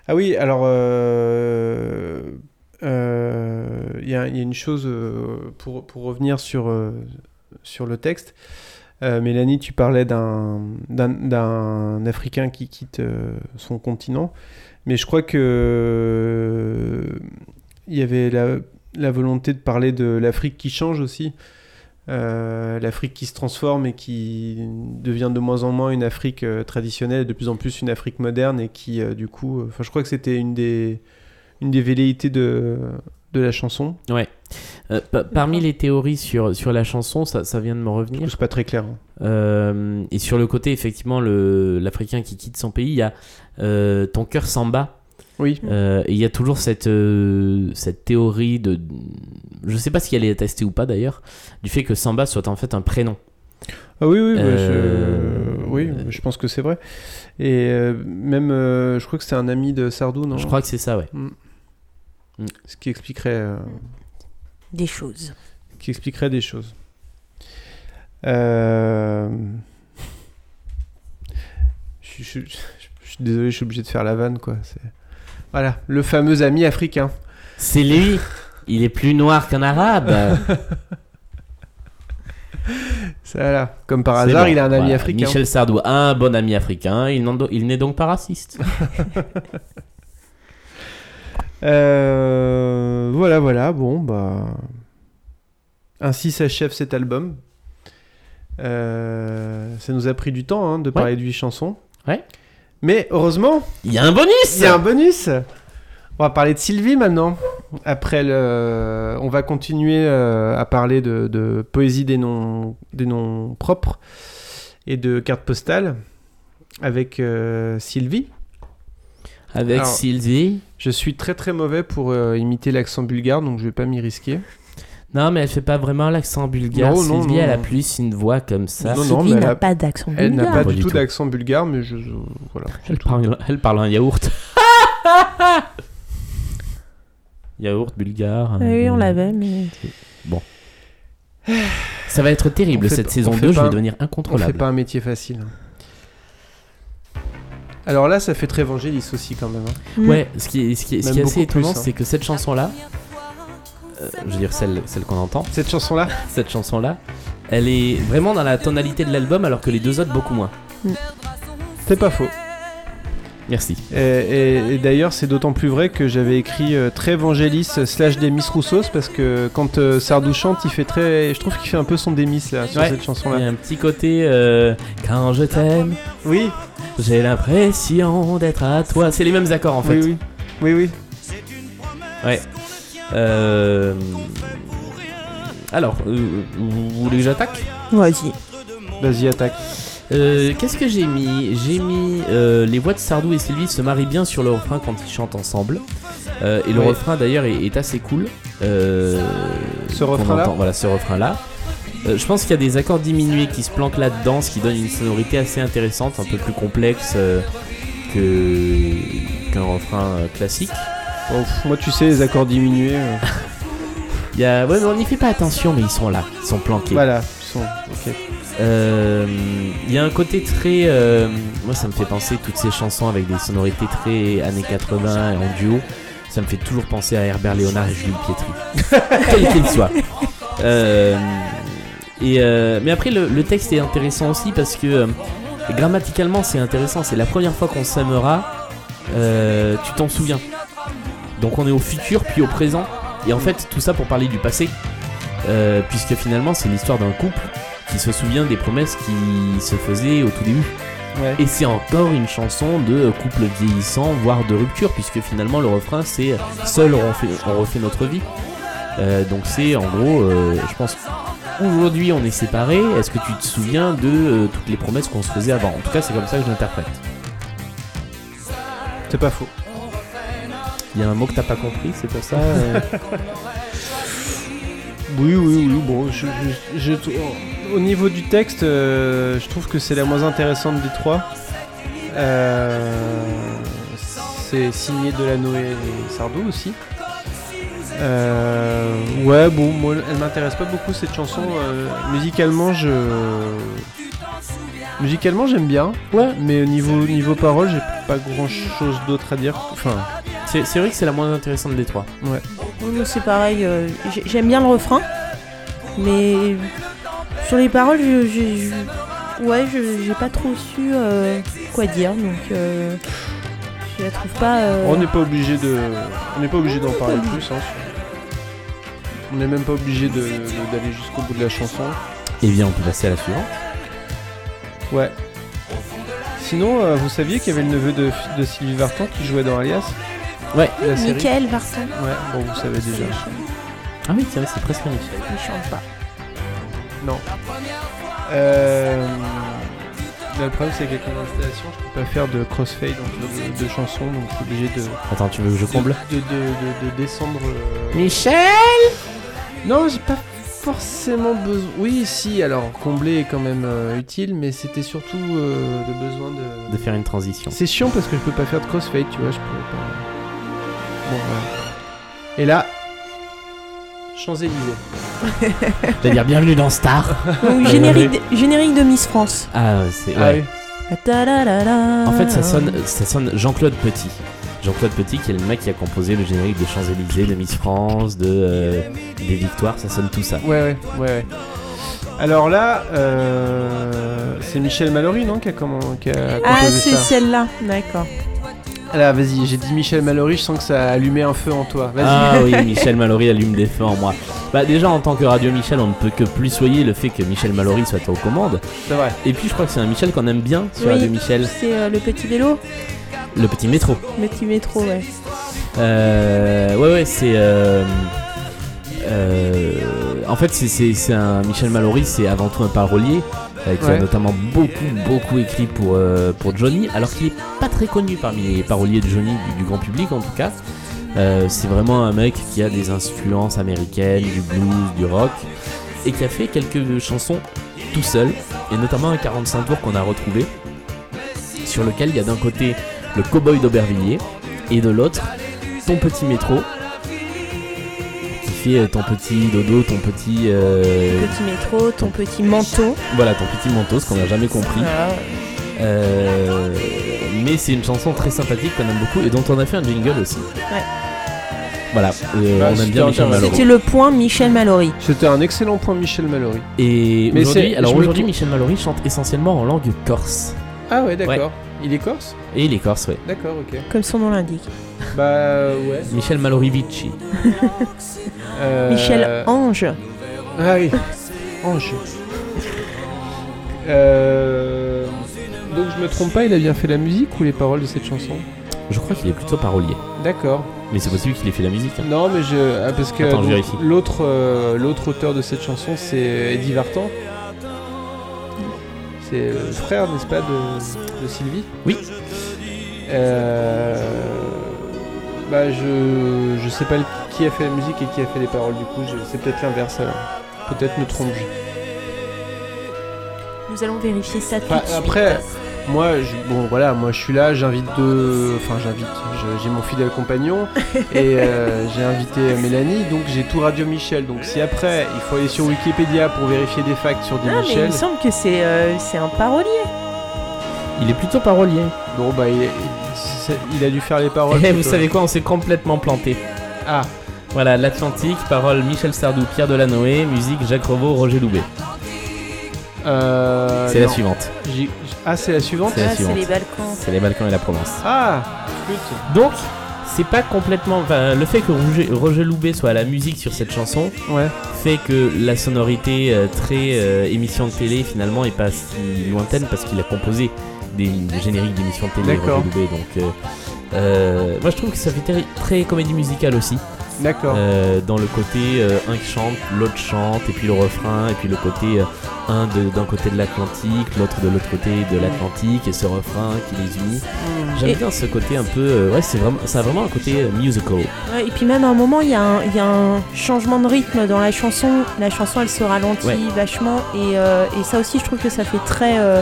Speaker 6: Ah oui, alors. euh, euh, Il y, a il y a une chose euh, pour, pour revenir sur, euh, sur le texte. Euh, Mélanie, tu parlais d'un d'un- d'un Africain qui quitte euh, son continent, mais je crois que euh, il y avait la, la volonté de parler de l'Afrique qui change aussi, Euh, l'Afrique qui se transforme et qui devient de moins en moins une Afrique euh, traditionnelle, et de plus en plus une Afrique moderne et qui euh, du coup, euh, enfin je crois que c'était une des une des velléités de de la chanson.
Speaker 7: Euh, pa- parmi les théories sur, sur la chanson, ça, ça vient de me
Speaker 6: Du
Speaker 7: revenir.
Speaker 6: coup, c'est pas très clair. hein.
Speaker 7: Euh, et sur le côté, effectivement, le- l'Africain qui quitte son pays, il y a euh, ton cœur s'en bat.
Speaker 6: Oui.
Speaker 7: Euh, et il y a toujours cette, euh, cette théorie de. Je sais pas si elle est attestée ou pas d'ailleurs, du fait que Samba soit en fait un prénom.
Speaker 6: Ah oui, oui, bah,
Speaker 7: Euh,
Speaker 6: je... oui,
Speaker 7: euh,
Speaker 6: je pense que c'est vrai. Et euh, même, euh, je crois que c'est un ami de Sardou, non
Speaker 7: Je crois que c'est ça, ouais.
Speaker 6: Ce qui expliquerait, euh,
Speaker 8: Des choses.
Speaker 6: qui expliquerait des choses. Euh, Je, je- je- je suis désolé, je suis obligé de faire la vanne, quoi. c'est- Voilà, le fameux ami africain.
Speaker 7: C'est lui Il est plus noir qu'un arabe
Speaker 6: Ça, là. Comme par
Speaker 7: C'est
Speaker 6: hasard,
Speaker 7: bon.
Speaker 6: il a un ami
Speaker 7: Voilà.
Speaker 6: africain.
Speaker 7: Michel Sardou a un bon ami africain, il n'en do- il n'est donc pas raciste.
Speaker 6: Euh, voilà, voilà, bon, bah. Ainsi s'achève cet album. Euh, ça nous a pris du temps hein, de parler de 8 chansons.
Speaker 7: Ouais.
Speaker 6: Mais heureusement,
Speaker 7: Il y a un bonus
Speaker 6: il y a un bonus. On va parler de Sylvie maintenant. Après le, on va continuer euh, à parler de, de poésie des noms, des noms propres et de cartes postales avec euh, Sylvie.
Speaker 7: Avec
Speaker 6: Alors-
Speaker 7: Sylvie.
Speaker 6: Je suis très très mauvais pour euh, imiter l'accent bulgare, donc je vais pas m'y risquer.
Speaker 7: Non, mais elle fait pas vraiment l'accent bulgare.
Speaker 6: Non, non,
Speaker 7: Sylvie,
Speaker 6: non,
Speaker 7: elle a
Speaker 6: non.
Speaker 7: plus une voix comme ça.
Speaker 6: Non, non,
Speaker 8: Ah, Sylvie
Speaker 6: mais elle
Speaker 8: n'a
Speaker 6: a-
Speaker 8: pas d'accent
Speaker 6: Elle n'a
Speaker 8: bulgare.
Speaker 6: pas
Speaker 7: Pas
Speaker 6: du
Speaker 7: du
Speaker 6: tout
Speaker 7: tout.
Speaker 6: d'accent bulgare, mais je. je- Voilà.
Speaker 7: Elle parle, elle parle un yaourt. yaourt bulgare.
Speaker 8: Ah Oui,
Speaker 7: euh,
Speaker 8: on l'avait, mais.
Speaker 7: Ça va être terrible
Speaker 6: On fait
Speaker 7: cette
Speaker 6: pas-
Speaker 7: saison
Speaker 6: on fait
Speaker 7: 2, je
Speaker 6: pas-
Speaker 7: vais devenir
Speaker 6: On fait
Speaker 7: incontrôlable.
Speaker 6: pas un métier facile. Alors là, ça fait très Vangelis aussi quand même. hein.
Speaker 7: Ouais, ce qui est, ce qui est, ce
Speaker 6: Même
Speaker 7: qui est
Speaker 6: beaucoup
Speaker 7: assez étonnant,
Speaker 6: plus, hein.
Speaker 7: c'est que cette chanson-là, euh, je veux dire celle, celle qu'on entend,
Speaker 6: Cette chanson-là,
Speaker 7: cette chanson-là, elle est vraiment dans la tonalité de l'album alors que les deux autres beaucoup moins.
Speaker 6: c'est pas faux.
Speaker 7: Merci.
Speaker 6: Et, Euh, et- et d'ailleurs, c'est d'autant plus vrai que j'avais écrit euh, très Vangelis slash Demis Roussos parce que quand euh, Sardou chante, il fait très. Je trouve qu'il fait un peu son Demis là sur
Speaker 7: Ouais.
Speaker 6: cette
Speaker 7: Il y
Speaker 6: chanson-là.
Speaker 7: a un petit côté euh, quand je t'aime,
Speaker 6: Oui,
Speaker 7: j'ai l'impression d'être à toi. C'est les mêmes accords en fait.
Speaker 6: oui, oui, oui, oui.
Speaker 7: Ouais. Euh... Alors, euh, vous voulez que j'attaque
Speaker 8: Vas-y.
Speaker 6: Vas-y, attaque.
Speaker 7: Euh, Qu'est-ce que j'ai mis J'ai mis euh, les voix de Sardou et Sylvie se marient bien sur le refrain quand ils chantent ensemble. Euh, et le
Speaker 6: Oui.
Speaker 7: refrain d'ailleurs est, est assez cool. Euh,
Speaker 6: Ce
Speaker 7: qu'on
Speaker 6: refrain-là
Speaker 7: entend. Voilà, ce refrain-là. Euh, je pense qu'il y a des accords diminués qui se planquent là-dedans, ce qui donne une sonorité assez intéressante, un peu plus complexe euh, que qu'un refrain euh, classique.
Speaker 6: Oh, pff, moi, tu sais, les accords diminués. euh,
Speaker 7: Il y a... Ouais, mais on n'y fait pas attention, mais ils sont là, ils sont planqués.
Speaker 6: Voilà, ils sont. ok.
Speaker 7: Euh, Il y a un côté très. euh, moi, ça me fait penser toutes ces chansons avec des sonorités très années 80 et en duo. Ça me fait toujours penser à Herbert Léonard et Jules Pietri. Quel qu'il soit. Euh, et, euh, mais après, le, le texte est intéressant aussi parce que euh, grammaticalement, c'est intéressant. C'est la première fois qu'on s'aimera, euh, tu t'en souviens. Donc, on est au futur puis au présent. Et en fait, tout ça pour parler du passé. Euh, puisque finalement, c'est l'histoire d'un couple qui se souvient des promesses qui se faisaient au tout début.
Speaker 6: Ouais.
Speaker 7: Et c'est encore une chanson de couple vieillissant, voire de rupture, puisque finalement le refrain c'est Seul on refait, on refait notre vie. Euh, donc c'est en gros, euh, je pense, aujourd'hui on est séparés, est-ce que tu te souviens de euh, toutes les promesses qu'on se faisait avant En tout cas, c'est comme ça que je l'interprète.
Speaker 6: C'est pas faux.
Speaker 7: Il y a un mot que t'as pas compris, c'est pour ça. euh,
Speaker 6: Oui, oui, oui. Bon, je- je- je- au niveau du texte, euh, je trouve que c'est la moins intéressante des trois. Euh, c'est signé Delano et Sardou aussi. Euh, ouais, bon, moi, elle m'intéresse pas beaucoup cette chanson. Euh, musicalement, je. Musicalement, j'aime bien.
Speaker 7: Ouais.
Speaker 6: Mais au niveau, niveau parole, j'ai pas grand chose d'autre à dire. Enfin,
Speaker 7: c'est c'est vrai que c'est la moins intéressante des trois.
Speaker 8: Oui, moi, c'est pareil. euh, j'ai- J'aime bien le refrain, mais sur les paroles, je, je- je- ouais, je- j'ai pas trop su euh, quoi dire, donc euh, je la trouve pas. euh,
Speaker 6: On n'est pas obligé de, on n'est pas obligé d'en parler plus. hein. On n'est même pas obligé de- de- d'aller jusqu'au bout de la chanson.
Speaker 7: Et Eh bien, on peut passer à la suivante.
Speaker 6: Ouais. Sinon, euh, vous saviez qu'il y avait le neveu de, de Sylvie Vartan qui jouait dans Alias
Speaker 7: Ouais.
Speaker 6: la série.
Speaker 8: Michael Vartan.
Speaker 6: Ouais, bon, vous savez déjà.
Speaker 7: Ah oui, tiens, c'est presque Michel.
Speaker 8: Il chante pas.
Speaker 6: Euh, le problème, c'est qu'avec mon installation, je peux pas faire de crossfade entre deux, deux chansons, donc je suis obligé de,
Speaker 7: Attends, tu veux que je comble
Speaker 6: de, de, de- de descendre. euh,
Speaker 7: Michel
Speaker 6: Non, j'ai pas forcément besoin. Oui, si, alors combler est quand même euh, utile, mais c'était surtout euh, le besoin de.
Speaker 7: De faire une transition.
Speaker 6: C'est chiant parce que je peux pas faire de crossfade, tu vois, je peux pas. Bon, voilà. Et là. Champs-Élysées.
Speaker 7: C'est-à-dire bienvenue dans Star.
Speaker 8: Donc, Euh, générique, de, générique de Miss France.
Speaker 7: Ah, c'est.
Speaker 6: Ah oui.
Speaker 7: Ouais.
Speaker 6: Ah.
Speaker 8: Ta-da-da-da.
Speaker 7: En fait, ça sonne, ça sonne Jean-Claude Petit. Jean-Claude Petit, qui est le mec qui a composé le générique des Champs-Élysées, de Miss France, de, euh, des Victoires, ça sonne tout ça.
Speaker 6: Ouais, ouais, ouais, ouais. Alors là, euh, c'est Michel Mallory, non, qui a, comment, qui a
Speaker 8: Ah,
Speaker 6: composé
Speaker 8: c'est
Speaker 6: ça. Ah
Speaker 8: celle-là, d'accord.
Speaker 6: Là, vas-y, j'ai dit Michel Mallory, je sens que ça a allumé un feu en toi. Vas-y.
Speaker 7: Ah oui, Michel Mallory allume des feux en moi. Bah déjà en tant que Radio Michel, on ne peut que plus soyer le fait que Michel Mallory soit aux commandes.
Speaker 6: C'est vrai.
Speaker 7: Et puis je crois que c'est un Michel qu'on aime bien sur Radio Michel,
Speaker 8: C'est euh, le petit vélo,
Speaker 7: le petit métro.
Speaker 8: le petit métro, ouais.
Speaker 7: Euh, ouais ouais, c'est. euh, euh, en fait, c'est- c'est c'est un Michel Mallory, c'est avant tout un parolier euh, qui a
Speaker 6: Ouais.
Speaker 7: notamment beaucoup beaucoup écrit pour euh, pour Johnny, alors qu'il est pas très connu parmi les paroliers de Johnny du, du grand public en tout cas. Euh, c'est vraiment un mec qui a des influences américaines, du blues, du rock, et qui a fait quelques chansons tout seul, et notamment un 45 tours qu'on a retrouvé, sur lequel il y a d'un côté le cowboy d'Aubervilliers, et de l'autre, ton petit métro, qui fait euh, ton petit dodo, ton petit... euh,
Speaker 8: Petit métro, ton petit manteau.
Speaker 7: voilà, ton petit manteau, ce qu'on n'a jamais compris.
Speaker 8: Voilà.
Speaker 7: Euh, mais c'est une chanson très sympathique qu'on aime beaucoup et dont on a fait un jingle aussi.
Speaker 8: Ouais.
Speaker 7: Voilà, euh,
Speaker 6: Bah,
Speaker 7: on aime
Speaker 6: c'était
Speaker 7: bien Michel
Speaker 6: intéressant.
Speaker 7: Mallory.
Speaker 8: C'était le point Michel Mallory.
Speaker 6: C'était un excellent point, Michel Mallory.
Speaker 7: Et
Speaker 6: Mais
Speaker 7: aujourd'hui,
Speaker 6: c'est- je
Speaker 7: alors
Speaker 6: me
Speaker 7: aujourd'hui,
Speaker 6: trou-
Speaker 7: Michel Mallory chante essentiellement en langue corse.
Speaker 6: Ah ouais,
Speaker 7: d'accord.
Speaker 6: d'accord. Il est corse
Speaker 7: Et il est corse, ouais.
Speaker 6: D'accord, ok.
Speaker 8: Comme son nom l'indique.
Speaker 6: Bah ouais.
Speaker 7: Michel Mallory Vici.
Speaker 6: Euh,
Speaker 8: Michel Ange.
Speaker 6: Ah oui. Ange. Euh, Donc je me trompe pas, il a bien fait la musique ou les paroles de cette chanson
Speaker 7: Je crois qu'il est plutôt parolier.
Speaker 6: D'accord.
Speaker 7: Mais c'est possible qu'il ait fait la musique. hein.
Speaker 6: Non, mais je ah, parce que
Speaker 7: Attends, je
Speaker 6: donc,
Speaker 7: vérifie.
Speaker 6: l'autre euh, l'autre auteur de cette chanson, c'est Eddie Vartan. C'est le frère, n'est-ce pas, de, de Sylvie
Speaker 7: Oui.
Speaker 6: Euh, Bah, je je sais pas le- qui a fait la musique et qui a fait les paroles. Du coup, je- c'est peut-être l'inverse. alors. Peut-être me trompe-je.
Speaker 8: Nous allons vérifier ça tout
Speaker 6: Enfin,
Speaker 8: de suite.
Speaker 6: après, moi, je, bon, voilà, moi, je suis là, j'invite deux, enfin, j'invite, je- j'ai mon fidèle compagnon et euh, j'ai invité Mélanie, donc j'ai tout Radio Michel. Donc si après, il faut aller sur Wikipédia pour vérifier des facts sur des
Speaker 8: Ah, mais il
Speaker 6: Michel,
Speaker 8: me semble que c'est euh, c'est un parolier.
Speaker 7: Il est plutôt parolier.
Speaker 6: bon, bah, il, est- il- c'est- il a dû faire les paroles. euh,
Speaker 7: Eh, vous
Speaker 6: plutôt.
Speaker 7: savez quoi, on s'est complètement planté.
Speaker 6: Ah,
Speaker 7: Voilà, l'Atlantique, paroles Michel Sardou, Pierre Delanoë, musique Jacques Revaux, Roger Loubet.
Speaker 6: euh,
Speaker 7: c'est la
Speaker 6: non.
Speaker 7: suivante.
Speaker 6: J'ai- Ah, c'est la suivante.
Speaker 7: C'est la
Speaker 8: Ah, c'est
Speaker 7: suivante.
Speaker 8: les Balkans.
Speaker 7: C'est les Balkans et la Provence.
Speaker 6: Ah, flûte.
Speaker 7: Donc, c'est pas complètement. Enfin, le fait que Roger, Roger Loubet soit à la musique sur cette chanson
Speaker 6: Ouais.
Speaker 7: fait que la sonorité euh, très euh, émission de télé finalement est pas si lointaine parce qu'il a composé des, des génériques d'émissions de télé.
Speaker 6: D'accord.
Speaker 7: Roger Loubet, donc. euh, euh, moi je trouve que ça fait très, très comédie musicale aussi,
Speaker 6: D'accord.
Speaker 7: euh, dans le côté euh, un qui chante, l'autre chante, et puis le refrain, et puis le côté euh, un de- d'un côté de l'Atlantique, l'autre de l'autre côté de l'Atlantique, et ce refrain qui les unit. J'aime
Speaker 8: Et-
Speaker 7: bien ce côté un peu. euh, ouais, c'est vraiment, ça a vraiment un côté euh, musical.
Speaker 8: Ouais, et puis même à un moment, il y, a un- il y a un changement de rythme dans la chanson. La chanson, elle se ralentit
Speaker 7: Ouais.
Speaker 8: vachement. Et, euh, et ça aussi, je trouve que ça fait très, euh,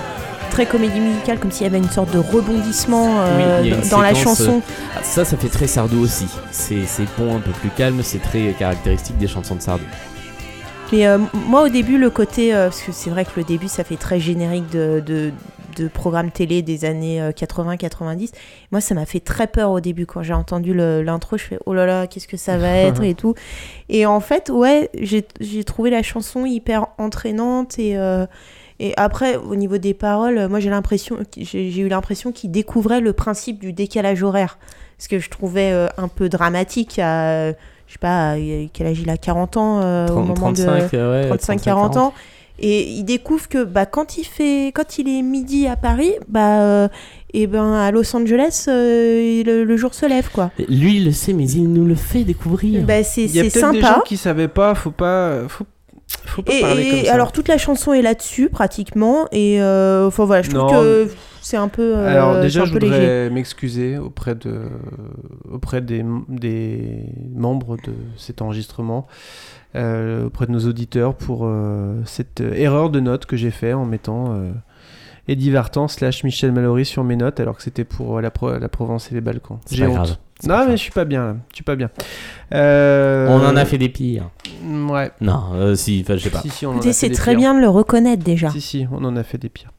Speaker 8: très comédie musicale, comme s'il y avait une sorte de rebondissement euh,
Speaker 7: Oui, il y a une
Speaker 8: dans la
Speaker 7: séquence,
Speaker 8: chanson.
Speaker 7: Ah, Ça, ça fait très Sardou aussi. C'est c'est bon, un peu plus calme, c'est très caractéristique des chansons de Sardou.
Speaker 8: Mais euh, moi, au début, le côté. euh, parce que c'est vrai que le début, ça fait très générique de. de de programmes télé des années 80-90. Moi, ça m'a fait très peur au début quand j'ai entendu le- l'intro. Je fais oh là là, qu'est-ce que ça va être et tout. Et en fait, ouais, j'ai j'ai trouvé la chanson hyper entraînante et euh, et après au niveau des paroles, euh, moi j'ai l'impression j'ai j'ai eu l'impression qu'il découvrait le principe du décalage horaire, ce que je trouvais euh, un peu dramatique à je sais pas à quel âge il a 40 ans euh, au
Speaker 7: 30,
Speaker 8: moment de
Speaker 7: 35, euh, ouais,
Speaker 8: 35 40 ans et il découvre que bah quand il fait quand il est midi à Paris bah euh, eh ben à Los Angeles euh, le, le jour se lève quoi
Speaker 7: Lui, il le sait, mais il nous le fait découvrir.
Speaker 8: bah c'est
Speaker 6: Il y a
Speaker 8: c'est
Speaker 6: peut-être
Speaker 8: sympa
Speaker 6: des gens qui savaient pas. Faut pas. Faut, faut pas
Speaker 8: et,
Speaker 6: parler
Speaker 8: et
Speaker 6: comme ça.
Speaker 8: alors toute la chanson est là-dessus pratiquement et euh, enfin voilà je trouve
Speaker 6: Non.
Speaker 8: que c'est un peu euh,
Speaker 6: Alors déjà,
Speaker 8: c'est
Speaker 6: je
Speaker 8: un peu léger.
Speaker 6: voudrais m'excuser auprès, de, auprès des, des membres de cet enregistrement, euh, auprès de nos auditeurs pour euh, cette euh, erreur de note que j'ai fait en mettant euh, Eddie Vartan slash Michel Mallory sur mes notes alors que c'était pour euh, la, Pro- la Provence et les Balkans.
Speaker 7: C'est
Speaker 6: J'ai
Speaker 7: pas
Speaker 6: honte.
Speaker 7: grave. C'est pas
Speaker 6: Non mais
Speaker 7: grave.
Speaker 6: je suis pas bien là, je suis pas bien. Euh,
Speaker 7: On en a fait des pires.
Speaker 6: Ouais.
Speaker 7: Non, euh, si, enfin, je sais pas.
Speaker 6: Si, si, on en a
Speaker 8: Écoutez,
Speaker 6: fait
Speaker 8: c'est
Speaker 6: des
Speaker 8: très
Speaker 6: pires.
Speaker 8: bien de le reconnaître déjà.
Speaker 6: Si, si, on en a fait des pires.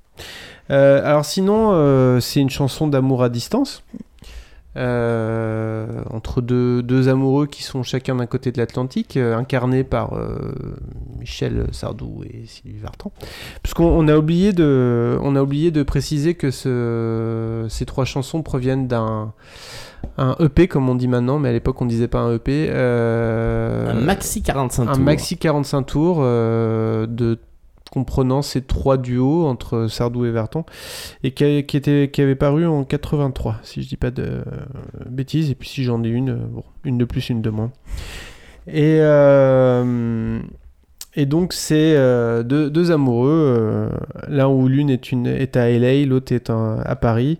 Speaker 6: Euh, alors sinon, euh, c'est une chanson d'amour à distance. euh, entre deux, deux amoureux qui sont chacun d'un côté de l'Atlantique, euh, incarnés par euh, Michel Sardou et Sylvie Vartan. Puisqu'on on a, oublié de- on a oublié de préciser que ce- ces trois chansons proviennent d'un un EP, comme on dit maintenant, mais à l'époque on disait pas un EP. euh,
Speaker 7: Un maxi 45
Speaker 6: un
Speaker 7: tours.
Speaker 6: maxi 45 tours euh, de comprenant ces trois duos entre Sardou et Vartan et qui, qui était, qui avait paru en 83 si je dis pas de euh, bêtises et puis si j'en ai une euh, bon, une de plus une de moins et euh, et donc c'est euh, deux, deux amoureux euh, l'un où l'une est une est à LA l'autre est en- à Paris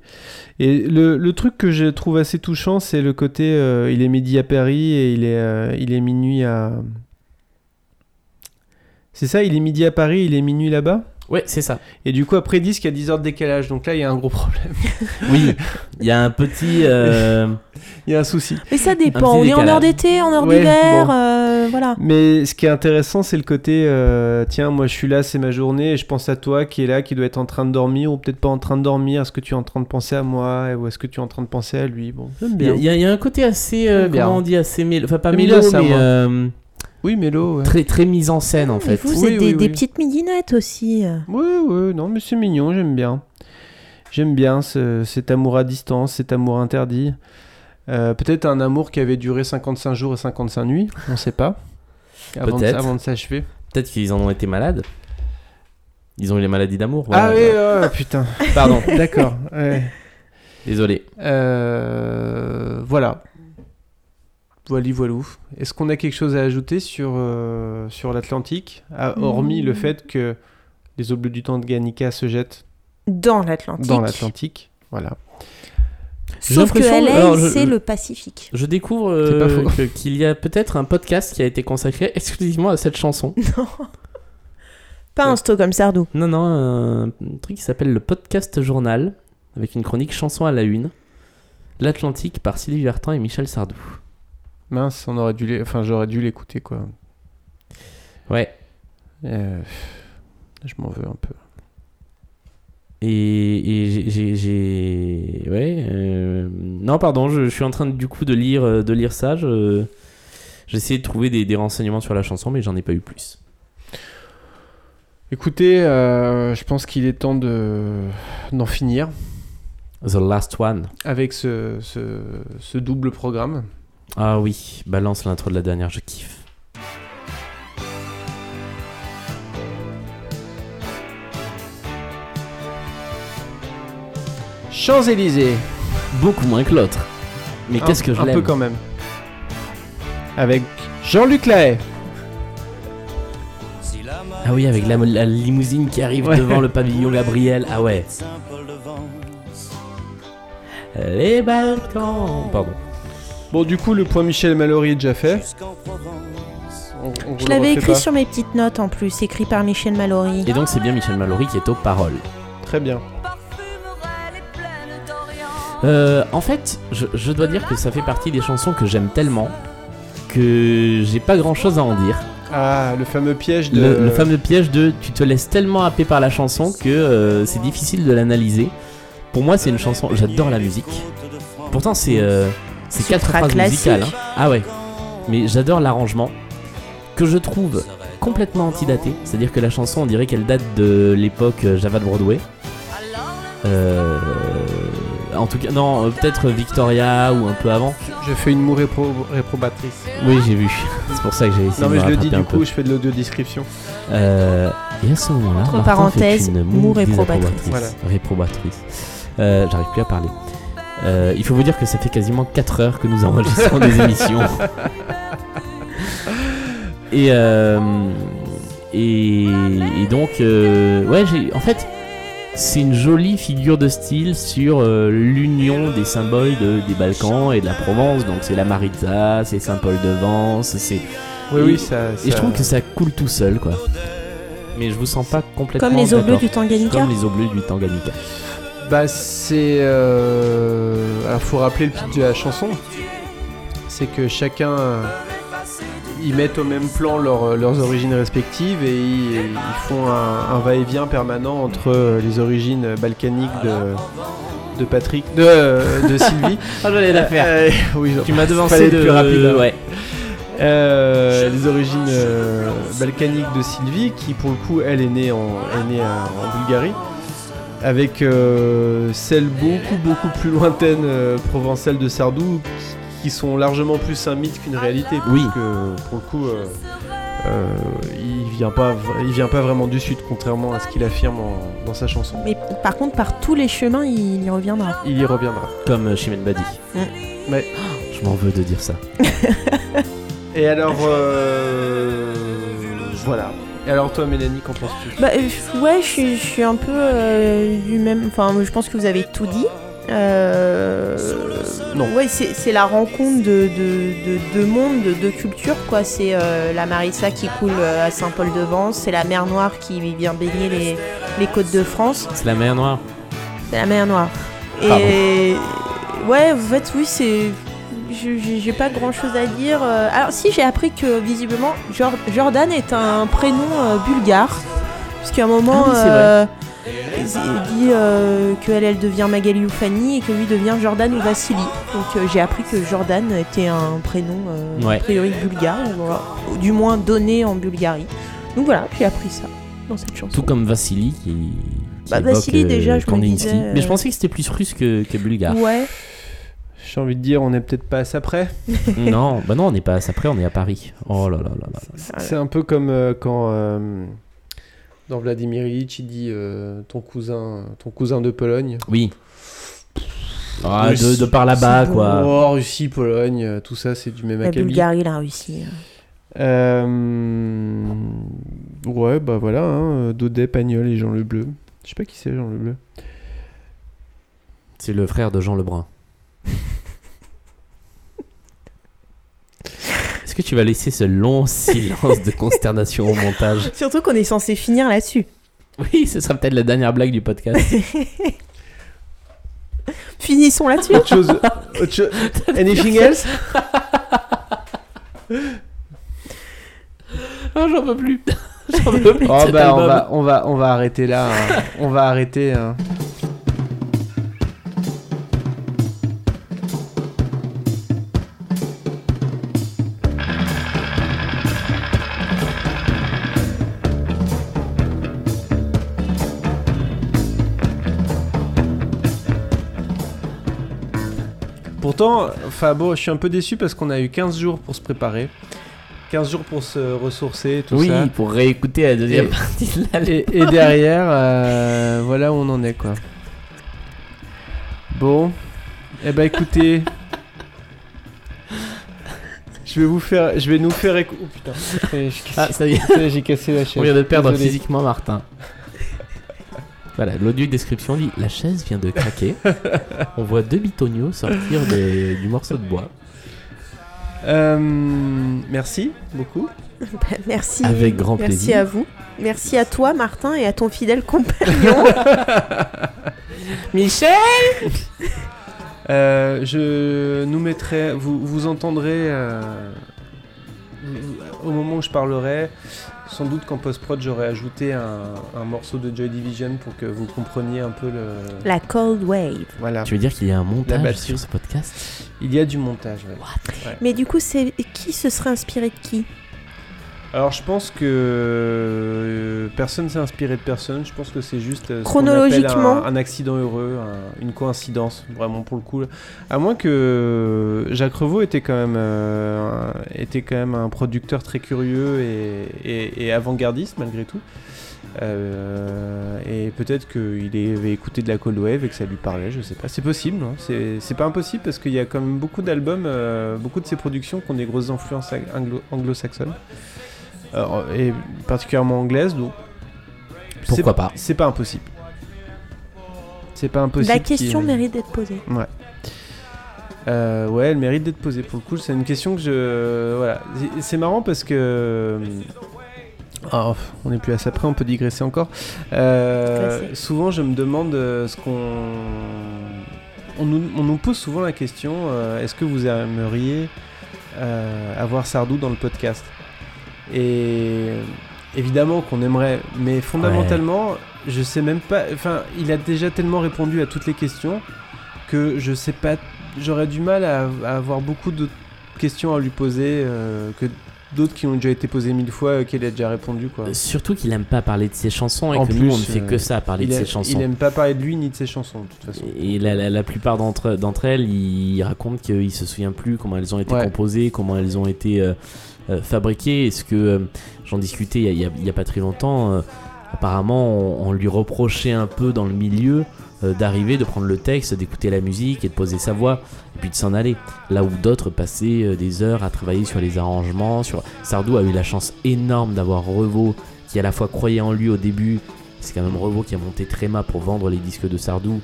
Speaker 6: et le, le truc que je trouve assez touchant c'est le côté euh, il est midi à Paris et il est euh, il est minuit à c'est ça, il est midi à Paris, il est minuit là-bas.
Speaker 7: Ouais, c'est ça.
Speaker 6: Et du coup, après 10, il y a 10 heures de décalage. Donc là, il y a un gros problème.
Speaker 7: Oui, il y a un petit. euh,
Speaker 6: Il y a un souci.
Speaker 8: Mais ça dépend. On est en
Speaker 7: décalage.
Speaker 8: heure d'été, en heure
Speaker 6: Ouais,
Speaker 8: d'hiver,
Speaker 6: bon.
Speaker 8: euh, voilà.
Speaker 6: Mais ce qui est intéressant, c'est le côté euh, tiens, moi je suis là, c'est ma journée, et je pense à toi qui est là, qui doit être en train de dormir, ou peut-être pas en train de dormir. Est-ce que tu es en train de penser à moi, ou est-ce que tu es en train de penser à lui Bon, j'aime
Speaker 7: Il y,
Speaker 6: bien.
Speaker 7: a- il y a- il y a un côté assez. euh,
Speaker 6: Bien.
Speaker 7: comment on dit Assez mélo. Enfin, pas
Speaker 6: J'aime
Speaker 7: mélo,
Speaker 6: bien ça,
Speaker 7: mais
Speaker 6: moi.
Speaker 7: euh,
Speaker 6: Oui, Mélo, ouais.
Speaker 7: très, très mise en scène en
Speaker 8: Et
Speaker 7: fait.
Speaker 8: vous,
Speaker 6: Oui,
Speaker 8: c'est des,
Speaker 6: oui,
Speaker 8: des
Speaker 6: oui.
Speaker 8: petites midinettes aussi. euh.
Speaker 6: Oui, oui, non, mais c'est mignon, j'aime bien. J'aime bien ce- cet amour à distance, cet amour interdit. Euh, Peut-être un amour qui avait duré 55 jours et 55 nuits, on sait pas. Avant de,
Speaker 7: Peut-être.
Speaker 6: avant de s'achever.
Speaker 7: Peut-être qu'ils en ont été malades. Ils ont eu les maladies d'amour.
Speaker 6: ah
Speaker 7: voilà.
Speaker 6: oui, oh, putain,
Speaker 7: Pardon,
Speaker 6: d'accord. ouais.
Speaker 7: désolé.
Speaker 6: Euh, voilà. Voili voilou. Est-ce qu'on a quelque chose à ajouter sur, euh, sur l'Atlantique, Ah, hormis le fait que les Obleux du Temps de Guernica se jettent
Speaker 8: Dans l'Atlantique.
Speaker 6: dans l'Atlantique Voilà.
Speaker 7: J'ai
Speaker 8: Sauf que
Speaker 7: l'impression-
Speaker 8: LA,
Speaker 7: alors, je-
Speaker 8: c'est
Speaker 7: je-
Speaker 8: le Pacifique.
Speaker 7: Je découvre
Speaker 6: C'est pas
Speaker 7: euh,
Speaker 6: faux.
Speaker 7: que- qu'il y a peut-être un podcast qui a été consacré exclusivement à cette chanson.
Speaker 8: Pas
Speaker 7: Ouais.
Speaker 8: un Stockholm Sardou.
Speaker 7: Non, non, un, un truc qui s'appelle le podcast journal, avec une chronique chanson à la une. L'Atlantique par Sylvie Vartan et Michel Sardou.
Speaker 6: Mince, on aurait dû l'é- enfin j'aurais dû l'écouter quoi.
Speaker 7: Ouais.
Speaker 6: Euh, je m'en veux un peu.
Speaker 7: Et, et j'ai- j'ai- j'ai. Ouais. euh, Non, pardon, je, je suis en train de- du coup de lire, euh, de lire ça. je- J'ai essayé de trouver des, des renseignements sur la chanson, mais j'en ai pas eu plus.
Speaker 6: Écoutez, euh, je pense qu'il est temps de d'en finir
Speaker 7: The Last One.
Speaker 6: avec ce, ce, ce double programme.
Speaker 7: Ah oui, balance l'intro de la dernière, je kiffe.
Speaker 6: Champs-Élysées.
Speaker 7: Beaucoup moins que l'autre. Mais
Speaker 6: Un-
Speaker 7: qu'est-ce que je
Speaker 6: Un peu
Speaker 7: l'aime
Speaker 6: quand même. Avec Jean-Luc Lahaye.
Speaker 7: Ah oui, avec la, la limousine qui arrive
Speaker 6: Ouais.
Speaker 7: devant le pavillon Gabriel. Ah ouais. Les balcons. Pardon.
Speaker 6: Bon, du coup, le point Michel Mallory est déjà fait. On- on vous
Speaker 8: Je
Speaker 6: le
Speaker 8: l'avais
Speaker 6: refait
Speaker 8: écrit
Speaker 6: pas.
Speaker 8: sur mes petites notes en plus, écrit par Michel Mallory.
Speaker 7: Et donc c'est bien Michel Mallory qui est aux paroles.
Speaker 6: Très bien.
Speaker 7: Euh, en fait, je, je dois dire que ça fait partie des chansons que j'aime tellement que j'ai pas grand chose à en dire.
Speaker 6: Ah, le fameux piège de.
Speaker 7: Le, le fameux piège de tu te laisses tellement happer par la chanson que euh, c'est difficile de l'analyser. Pour moi, c'est une chanson. J'adore la musique. Pourtant, c'est euh, c'est quatre
Speaker 8: Ultra
Speaker 7: phrases
Speaker 8: classique.
Speaker 7: musicales. hein. Ah ouais. Mais j'adore l'arrangement que je trouve complètement antidaté. C'est-à-dire que la chanson, on dirait qu'elle date de l'époque euh, Java de Broadway. Euh, en tout cas, non, euh, peut-être Victoria ou un peu avant.
Speaker 6: Je fais une moue répro- réprobatrice.
Speaker 7: Oui, j'ai vu. C'est pour ça que j'ai essayé
Speaker 6: Non,
Speaker 7: de
Speaker 6: mais
Speaker 7: me
Speaker 6: je le dis
Speaker 7: rattraper
Speaker 6: du
Speaker 7: un peu.
Speaker 6: coup, je fais de l'audio-description.
Speaker 7: Euh, et à ce moment-là,
Speaker 8: Entre
Speaker 7: Martin
Speaker 8: parenthèses,
Speaker 7: fait une
Speaker 8: mou
Speaker 7: moue
Speaker 8: réprobatrice.
Speaker 7: désapprobatrice. Réprobatrice. Euh, J'arrive plus à parler. Euh, il faut vous dire que ça fait quasiment 4 heures que nous enregistrons des émissions. Et, euh, et, et donc, euh, ouais, j'ai- en fait, c'est une jolie figure de style sur euh, l'union des symboles de- des Balkans et de la Provence. Donc, c'est la Maritza, c'est Saint-Paul-de-Vence, c'est
Speaker 6: Oui,
Speaker 7: Et-
Speaker 6: oui, ça.
Speaker 7: et je
Speaker 6: ça-
Speaker 7: trouve que ça coule tout seul, quoi. Mais je vous sens pas complètement.
Speaker 8: Comme les eaux bleues
Speaker 7: d'accord.
Speaker 8: du Tanganyika.
Speaker 7: Comme les eaux bleues du Tanganyika.
Speaker 6: Bah, c'est. Euh... Alors, faut rappeler le titre de la chanson. C'est que chacun euh, ils mettent au même plan leur- euh, leurs origines respectives et ils, ils font un, un va-et-vient permanent entre euh, les origines balkaniques de, de Patrick, de, euh, de Sylvie.
Speaker 7: Ah, j'allais la faire.
Speaker 6: Euh, oui,
Speaker 7: Tu m'as
Speaker 6: fallait
Speaker 7: devancé
Speaker 6: être
Speaker 7: de.
Speaker 6: plus rapide, hein.
Speaker 7: ouais.
Speaker 6: Euh, les origines euh, balkaniques de Sylvie, qui pour le coup, elle est née en, est née à- en Bulgarie, avec euh, celles beaucoup beaucoup plus lointaines euh, provençales de Sardou, qui, qui sont largement plus un mythe qu'une réalité. parce
Speaker 7: Oui.
Speaker 6: que, pour le coup, euh, euh, il vient pas, v- il vient pas vraiment du sud, contrairement à ce qu'il affirme en- dans sa chanson.
Speaker 8: Mais par contre, par tous les chemins, il y reviendra.
Speaker 6: Il y reviendra.
Speaker 7: Comme euh, Chimène Badi.
Speaker 8: Mm.
Speaker 6: Ouais.
Speaker 7: Je m'en veux de dire ça.
Speaker 6: Et alors, euh, voilà. Et alors toi, Mélanie, qu'en penses-tu
Speaker 8: Bah, euh, je- ouais, je suis- je suis un peu euh, du même. Enfin, je pense que vous avez tout dit. Euh,
Speaker 6: Non.
Speaker 8: Ouais, c'est c'est la rencontre de de- de deux mondes, de deux cultures, quoi. C'est euh, la Marissa qui coule euh, à Saint-Paul-de-Vence, c'est la mer Noire qui vient baigner les, les côtes de France,
Speaker 7: C'est la mer noire.
Speaker 8: c'est la mer Noire. Et. Ouais, en fait, oui, c'est. je- J'ai j'ai pas grand chose à dire. Euh, Alors, si, j'ai appris que visiblement, Jor- Jordan est un prénom euh, bulgare. Parce qu'à un moment,
Speaker 7: Ah oui, c'est vrai.
Speaker 8: euh, il dit euh, qu'elle, elle devient Magali Oufani et que lui devient Jordan ou Vassili. Donc, euh, j'ai appris que Jordan était un prénom, euh,
Speaker 7: Ouais.
Speaker 8: a priori, bulgare, ou, voilà, ou du moins donné en Bulgarie. Donc, voilà, j'ai appris ça dans cette chanson.
Speaker 7: Tout comme Vassili qui. qui
Speaker 8: Bah,
Speaker 7: évoque, euh,
Speaker 8: Vassili, déjà, je me
Speaker 7: Kandinsky.
Speaker 8: disais, euh,
Speaker 7: Mais je pensais que c'était plus russe que, que bulgare.
Speaker 8: Ouais.
Speaker 6: J'ai envie de dire, on est peut-être pas assez près.
Speaker 7: non, bah non, on n'est pas à ça près, on est à Paris. Oh là là là là.
Speaker 6: C'est un peu comme euh, quand euh, dans Vladimir Ilitch, il dit euh, ton cousin, ton cousin de Pologne.
Speaker 7: Oui. Ah,
Speaker 6: Russe.
Speaker 7: de, de par là-bas,
Speaker 6: C'est
Speaker 7: quoi.
Speaker 6: bon, oh, Russie, Pologne, euh, tout ça, c'est du même
Speaker 8: La
Speaker 6: acabit.
Speaker 8: Bulgarie, la Russie.
Speaker 6: Euh, ouais, bah voilà, hein, Daudet, Pagnol et Jean Lebleu. Je sais pas qui c'est Jean Lebleu.
Speaker 7: C'est le frère de Jean Lebrun. Est-ce que tu vas laisser ce long silence de consternation au montage
Speaker 8: Surtout qu'on est censé finir là-dessus.
Speaker 7: Oui, ce sera peut-être la dernière blague du podcast.
Speaker 8: Finissons là-dessus.
Speaker 6: Autre chose, autre chose- anything else
Speaker 7: Ah, j'en peux plus. J'en peux plus. de
Speaker 6: Oh
Speaker 7: cet
Speaker 6: bah on
Speaker 7: album.
Speaker 6: va, on va, on va arrêter là. hein. on va arrêter. hein. Pourtant, enfin bon, je suis un peu déçu parce qu'on a eu 15 jours pour se préparer, 15 jours pour se ressourcer, tout
Speaker 7: oui,
Speaker 6: ça.
Speaker 7: pour réécouter la deuxième
Speaker 6: Et-
Speaker 7: partie de l'album.
Speaker 6: Et, et derrière, euh, voilà où on en est quoi. Bon, eh ben écoutez, je vais vous faire, je vais nous faire écouter. Oh putain, Ça y est, j'ai
Speaker 7: Ah,
Speaker 6: cassé-
Speaker 7: ça y est,
Speaker 6: ça y est, j'ai cassé la chaise.
Speaker 7: on vient de perdre
Speaker 6: Désolé.
Speaker 7: physiquement Martin. Voilà, l'audio description dit La chaise vient de craquer. On voit deux bitonios sortir des- du morceau de bois.
Speaker 6: Euh, merci beaucoup.
Speaker 8: Bah, Merci.
Speaker 7: Avec grand
Speaker 8: Merci
Speaker 7: plaisir.
Speaker 8: à vous. Merci à toi, Martin, et à ton fidèle compagnon.
Speaker 7: Michel
Speaker 6: Euh, je nous mettrai, vous, vous entendrez euh, vous- au moment où je parlerai, sans doute qu'en post-prod j'aurai ajouté un, un morceau de Joy Division pour que vous compreniez un peu le.
Speaker 8: La Cold Wave.
Speaker 6: Voilà.
Speaker 7: Tu veux dire qu'il y a un montage
Speaker 6: batterie.
Speaker 7: sur ce podcast
Speaker 6: Il y a du montage. ouais.
Speaker 8: Mais du coup, c'est qui se serait inspiré de qui
Speaker 6: Alors je pense que euh, personne s'est inspiré de personne. Je pense que c'est juste euh, ce qu'on
Speaker 8: Chronologiquement.
Speaker 6: appelle un, un accident heureux, un- une coïncidence, vraiment pour le coup. là. À moins que euh, Jacques Revaux était quand même euh, un- était quand même un producteur très curieux et, et- et avant-gardiste malgré tout. Euh, et peut-être qu'il avait écouté de la Cold Wave et que ça lui parlait, je sais pas. C'est possible, hein. c'est c'est pas impossible parce qu'il y a quand même beaucoup d'albums, euh, beaucoup de ces productions qui ont des grosses influences anglo- anglo-saxonnes Euh, et particulièrement anglaises. Donc c'est-
Speaker 7: Pourquoi pas
Speaker 6: C'est pas impossible. C'est pas impossible.
Speaker 8: La question
Speaker 6: qu'il-
Speaker 8: mérite d'être posée.
Speaker 6: euh, ouais, elle mérite d'être posée pour le coup. C'est une question que je. Voilà. C'est- C'est marrant parce que. euh, Ah, on n'est plus à ça près, on peut digresser encore. Euh,
Speaker 8: Digresser.
Speaker 6: souvent, je me demande euh, ce qu'on. On nous, on nous pose souvent la question euh, est-ce que vous aimeriez euh, avoir Sardou dans le podcast. Et euh, évidemment qu'on aimerait, mais fondamentalement, je sais même pas. Enfin, il a déjà tellement répondu à toutes les questions que je sais pas. J'aurais du mal à, à avoir beaucoup de questions à lui poser euh, que d'autres qui ont déjà été posées mille fois, euh, qu'il a déjà répondu quoi.
Speaker 7: Surtout qu'il aime pas parler de ses chansons et
Speaker 6: En
Speaker 7: que nous, on ne
Speaker 6: plus,
Speaker 7: fait
Speaker 6: euh,
Speaker 7: que ça, parler
Speaker 6: Il,
Speaker 7: de
Speaker 6: a-
Speaker 7: ses
Speaker 6: il
Speaker 7: chansons.
Speaker 6: aime pas parler de lui ni de ses chansons de toute façon.
Speaker 7: Et la, la- la plupart d'entre d'entre elles, ils racontent qu'ils se souviennent plus comment elles ont été
Speaker 6: Ouais.
Speaker 7: composées, comment elles ont été euh, euh, fabriquées. Est-ce que euh, j'en discutais il y a- il y, a- il y a pas très longtemps euh, Apparemment, on, on lui reprochait un peu dans le milieu euh, d'arriver, de prendre le texte, d'écouter la musique et de poser sa voix, et puis de s'en aller. Là où d'autres passaient euh, des heures à travailler sur les arrangements. Sur Sardou a eu la chance énorme d'avoir Revo, qui à la fois croyait en lui au début. C'est quand même Revo qui a monté Tréma pour vendre les disques de Sardou.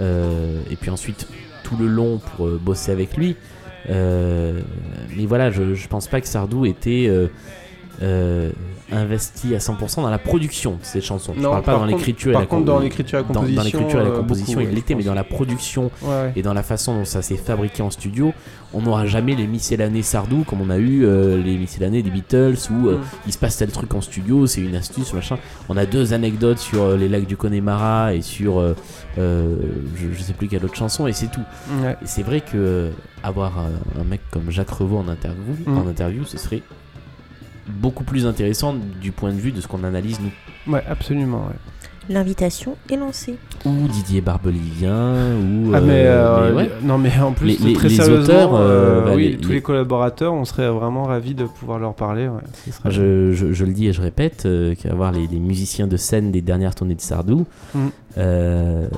Speaker 7: Euh, et puis ensuite tout le long pour euh, bosser avec lui. Euh, mais voilà, je, je pense pas que Sardou était euh, euh, investi à 100% dans la production de ses chansons. je
Speaker 6: Non,
Speaker 7: parle pas
Speaker 6: par
Speaker 7: dans
Speaker 6: contre-
Speaker 7: l'écriture et
Speaker 6: par
Speaker 7: la
Speaker 6: contre,
Speaker 7: com-
Speaker 6: dans l'écriture et la
Speaker 7: dans- dans
Speaker 6: composition,
Speaker 7: l'écriture et la
Speaker 6: euh,
Speaker 7: composition,
Speaker 6: beaucoup,
Speaker 7: il
Speaker 6: ouais,
Speaker 7: l'était,
Speaker 6: je
Speaker 7: mais
Speaker 6: pense.
Speaker 7: dans la production
Speaker 6: Ouais, ouais.
Speaker 7: et dans la façon dont ça s'est fabriqué en studio, on n'aura jamais les miscellanées Sardou comme on a eu euh, les miscellanées des Beatles où euh,
Speaker 6: Mm.
Speaker 7: il se passe tel truc en studio, c'est une astuce, machin. On a deux anecdotes sur euh, les lacs du Connemara et sur euh, euh, je, je sais plus quelle autre chanson et c'est tout.
Speaker 6: Ouais.
Speaker 7: Et c'est vrai que euh, avoir euh, un mec comme Jacques Revaux en interview,
Speaker 6: Mm.
Speaker 7: en interview, ce serait beaucoup plus intéressant du point de vue de ce qu'on analyse nous.
Speaker 6: Ouais, absolument. ouais.
Speaker 8: L'invitation est lancée.
Speaker 7: Ou Didier Barbelivien, ou
Speaker 6: Ah mais,
Speaker 7: euh,
Speaker 6: euh,
Speaker 7: mais ouais.
Speaker 6: non mais en plus
Speaker 7: Les- les-
Speaker 6: très
Speaker 7: les
Speaker 6: sérieusement,
Speaker 7: auteurs, euh,
Speaker 6: euh,
Speaker 7: bah,
Speaker 6: oui,
Speaker 7: les-
Speaker 6: tous
Speaker 7: les-
Speaker 6: les collaborateurs, on serait vraiment ravis de pouvoir leur parler. ouais, ce serait-
Speaker 7: Je, je- je le dis et je répète, euh, qu'avoir les, les musiciens de scène des dernières tournées de Sardou,
Speaker 6: Mm.
Speaker 7: euh,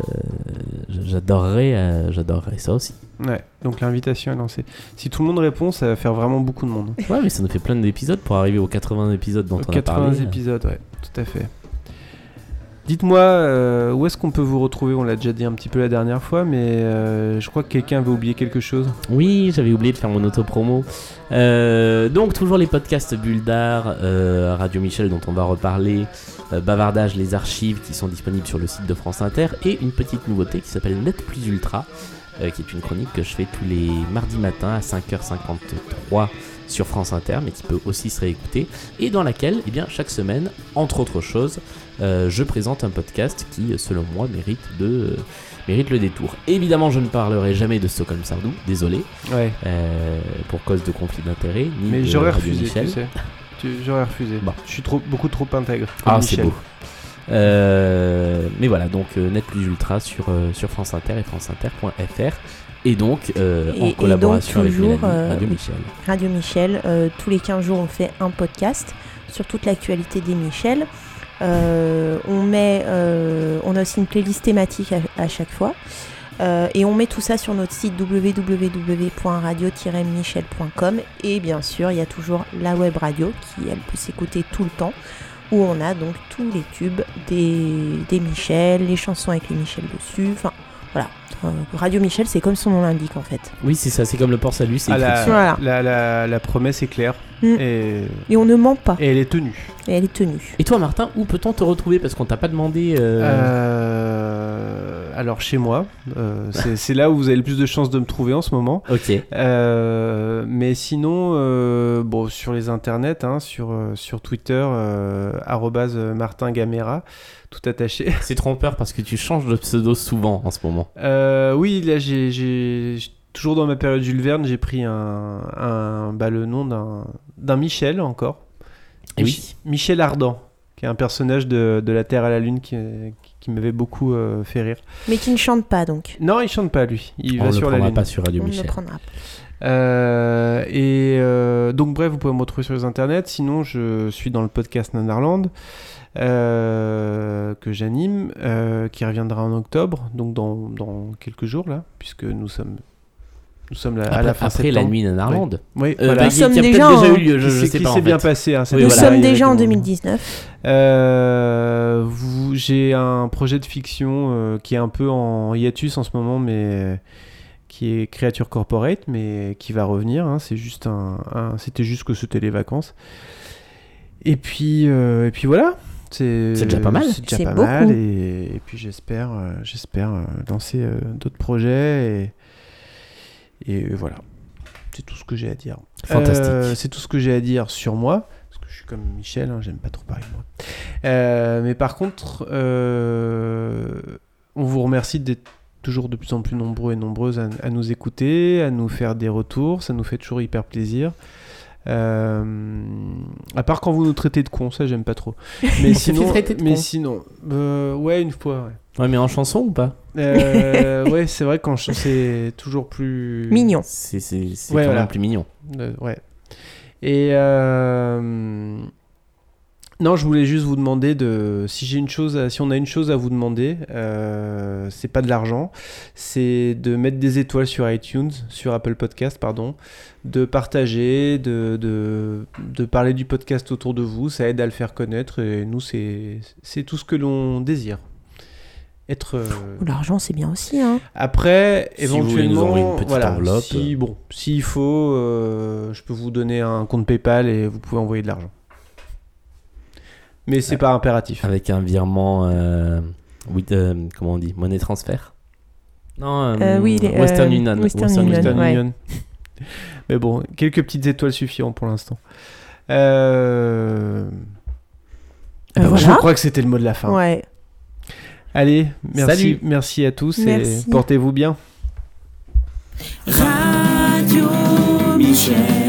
Speaker 7: j- j'adorerais, euh, j'adorerais ça aussi.
Speaker 6: Ouais, donc l'invitation est lancée. Si tout le monde répond, ça va faire vraiment beaucoup de monde.
Speaker 7: Ouais, mais ça nous fait plein d'épisodes pour arriver aux 80 épisodes dont on euh. a
Speaker 6: 80
Speaker 7: parlé.
Speaker 6: épisodes, ouais, tout à fait. Dites-moi, euh, où est-ce qu'on peut vous retrouver On l'a déjà dit un petit peu la dernière fois, mais euh, je crois que quelqu'un avait oublié quelque chose.
Speaker 7: Oui, j'avais oublié de faire mon auto-promo. Euh, donc, toujours les podcasts Bulldar, euh, Radio Michel, dont on va reparler, euh, Bavardage, les archives qui sont disponibles sur le site de France Inter, et une petite nouveauté qui s'appelle Net Plus Ultra, euh, qui est une chronique que je fais tous les mardis matins à 5h53 sur France Inter, mais qui peut aussi se réécouter, et dans laquelle, eh bien, chaque semaine, entre autres choses, euh, je présente un podcast qui, selon moi, mérite de. mérite le détour. Évidemment, je ne parlerai jamais de Stockholm Sardou, désolé,
Speaker 6: Ouais,
Speaker 7: euh, pour cause de conflit d'intérêt. ni
Speaker 6: mais
Speaker 7: de
Speaker 6: j'aurais
Speaker 7: Radio
Speaker 6: refusé,
Speaker 7: Michel.
Speaker 6: tu sais. Tu- J'aurais refusé.
Speaker 7: Bon.
Speaker 6: Je suis trop, beaucoup trop intègre. comme
Speaker 7: Bah. Ah, c'est
Speaker 6: Michel.
Speaker 7: beau. Euh, mais voilà, donc euh, Net Plus Ultra sur, euh, sur France Inter et franceinter.fr. Et donc, euh,
Speaker 8: Et-
Speaker 7: en
Speaker 8: et
Speaker 7: collaboration
Speaker 8: donc,
Speaker 7: avec
Speaker 8: toujours,
Speaker 7: Mélanie,
Speaker 8: euh,
Speaker 7: Radio
Speaker 8: oui.
Speaker 7: Michel.
Speaker 8: Radio Michel, euh, tous les 15 jours on fait un podcast sur toute l'actualité des Michel. Euh, on met, euh, on a aussi une playlist thématique à, à chaque fois. Euh, et on met tout ça sur notre site www.radio-michel.com et bien sûr il y a toujours la web radio qui elle peut s'écouter tout le temps où on a donc tous les tubes des, des Michel, les chansons avec les Michel dessus, enfin voilà. Euh, radio Michel c'est comme son nom l'indique en fait.
Speaker 7: Oui, c'est ça, c'est comme le port salut, c'est
Speaker 6: Ah,
Speaker 7: écrit
Speaker 6: la,
Speaker 7: dessus.
Speaker 8: Voilà.
Speaker 6: la- la- la promesse est claire
Speaker 8: Mm.
Speaker 6: et,
Speaker 8: Et on ne ment pas,
Speaker 6: et elle est tenue.
Speaker 8: et elle est tenue.
Speaker 7: Et toi, Martin, où peut-on te retrouver Parce qu'on t'a pas demandé. euh,
Speaker 6: Euh, alors chez moi, euh, c'est c'est là où vous avez le plus de chances de me trouver en ce moment.
Speaker 7: Ok.
Speaker 6: Euh, mais sinon, euh, bon, sur les internets, hein, sur, euh, sur Twitter, euh, arrobase Martin Gamera, tout attaché.
Speaker 7: C'est trompeur parce que tu changes de pseudo souvent en ce moment.
Speaker 6: Euh, oui, là, j'ai- j'ai j'ai- toujours dans ma période Jules Verne, j'ai pris un, un- bah, le nom d'un- d'un Michel encore.
Speaker 7: Et Eh oui.
Speaker 6: Mich- Michel Ardan, qui est un personnage de, de La Terre à la Lune qui, qui- qui m'avait beaucoup euh, fait rire.
Speaker 8: Mais qui ne chante pas donc.
Speaker 6: Non, il chante pas lui. Il
Speaker 7: on
Speaker 6: va
Speaker 7: ne
Speaker 6: sur la
Speaker 7: le prendra
Speaker 6: lune.
Speaker 7: pas sur Radio
Speaker 8: on ne
Speaker 7: Michel.
Speaker 8: le prendra pas.
Speaker 6: Euh, et euh, donc bref, vous pouvez me retrouver sur les internets. Sinon, je suis dans le podcast Nanarland euh, que j'anime, euh, qui reviendra en octobre, donc dans, dans quelques jours là, puisque nous sommes nous sommes là, à
Speaker 7: Après,
Speaker 6: la fin
Speaker 7: après la
Speaker 6: septembre.
Speaker 7: nuit en Arlande.
Speaker 6: Oui,
Speaker 7: Euh,
Speaker 6: voilà.
Speaker 7: bah,
Speaker 8: Nous
Speaker 7: il y a- il y a
Speaker 8: sommes
Speaker 7: peut-être
Speaker 8: déjà
Speaker 7: déjà
Speaker 8: en-
Speaker 7: eu lieu, je,
Speaker 6: Qui
Speaker 7: je
Speaker 6: s'est-
Speaker 7: sais
Speaker 6: qui
Speaker 7: pas. en
Speaker 6: s'est bien
Speaker 7: fait.
Speaker 6: passé. hein, c'est
Speaker 7: Oui,
Speaker 8: Nous
Speaker 6: pas
Speaker 7: voilà.
Speaker 8: sommes
Speaker 6: pareil
Speaker 8: déjà en
Speaker 6: avec mon-
Speaker 8: 2019.
Speaker 6: Euh, vous- j'ai un projet de fiction euh, qui est un peu en hiatus en ce moment, mais euh, qui est Creature Corporate, mais qui va revenir. hein. c'est juste un, un- c'était juste que c'était les vacances. Et puis, euh, et puis voilà. C'est
Speaker 7: C'est déjà pas mal.
Speaker 6: C'est déjà
Speaker 8: C'est
Speaker 6: pas
Speaker 8: beaucoup.
Speaker 6: mal. Et, et puis j'espère, euh, j'espère euh, lancer euh, d'autres projets. Et, et voilà. C'est tout ce que j'ai à dire.
Speaker 7: Fantastique.
Speaker 6: Euh, c'est tout ce que j'ai à dire sur moi. Parce que je suis comme Michel, hein, j'aime pas trop parler de moi. Euh, mais par contre, euh, on vous remercie d'être toujours de plus en plus nombreux et nombreuses à, à nous écouter, à nous faire des retours. Ça nous fait toujours hyper plaisir. Euh, à part quand vous nous traitez de cons, ça j'aime pas trop. Mais
Speaker 7: On s'est fait
Speaker 6: sinon,
Speaker 7: traiter de
Speaker 6: mais
Speaker 7: cons.
Speaker 6: sinon, euh, ouais une fois. ouais.
Speaker 7: Ouais, mais en chanson ou pas
Speaker 6: Euh, ouais, c'est vrai qu'en ch- c'est toujours plus
Speaker 8: Mignon.
Speaker 7: C'est c'est- c'est
Speaker 6: Ouais,
Speaker 7: quand
Speaker 6: voilà.
Speaker 7: même plus mignon.
Speaker 6: Euh, ouais. Et euh, non, je voulais juste vous demander de si j'ai une chose, à- si on a une chose à vous demander, euh, c'est pas de l'argent, c'est de mettre des étoiles sur iTunes, sur Apple Podcast, pardon, de partager, de, de, de parler du podcast autour de vous, ça aide à le faire connaître. Et nous, c'est c'est tout ce que l'on désire. Être euh,
Speaker 8: L'argent, c'est bien aussi. Hein.
Speaker 6: après,
Speaker 7: Si vous voulez nous
Speaker 6: éventuellement,
Speaker 7: envoyer une petite
Speaker 6: voilà,
Speaker 7: enveloppe.
Speaker 6: Si bon, s'il faut, euh, je peux vous donner un compte PayPal et vous pouvez envoyer de l'argent. Mais c'est pas impératif.
Speaker 7: Avec un virement. euh, with, euh, comment on dit Monnaie transfert Non, euh,
Speaker 8: Euh, oui, les-
Speaker 7: Western
Speaker 8: euh,
Speaker 7: Union.
Speaker 8: Western Union.
Speaker 6: Western
Speaker 8: ouais.
Speaker 6: Union. Mais bon, quelques petites étoiles suffiront pour l'instant. Euh,
Speaker 8: Euh,
Speaker 6: Ah bah Je
Speaker 8: voilà.
Speaker 6: crois que c'était le mot de la fin.
Speaker 8: Ouais.
Speaker 6: Allez, merci,
Speaker 7: Salut.
Speaker 6: merci à tous
Speaker 8: Merci.
Speaker 6: et portez-vous bien.
Speaker 2: Radio Michel.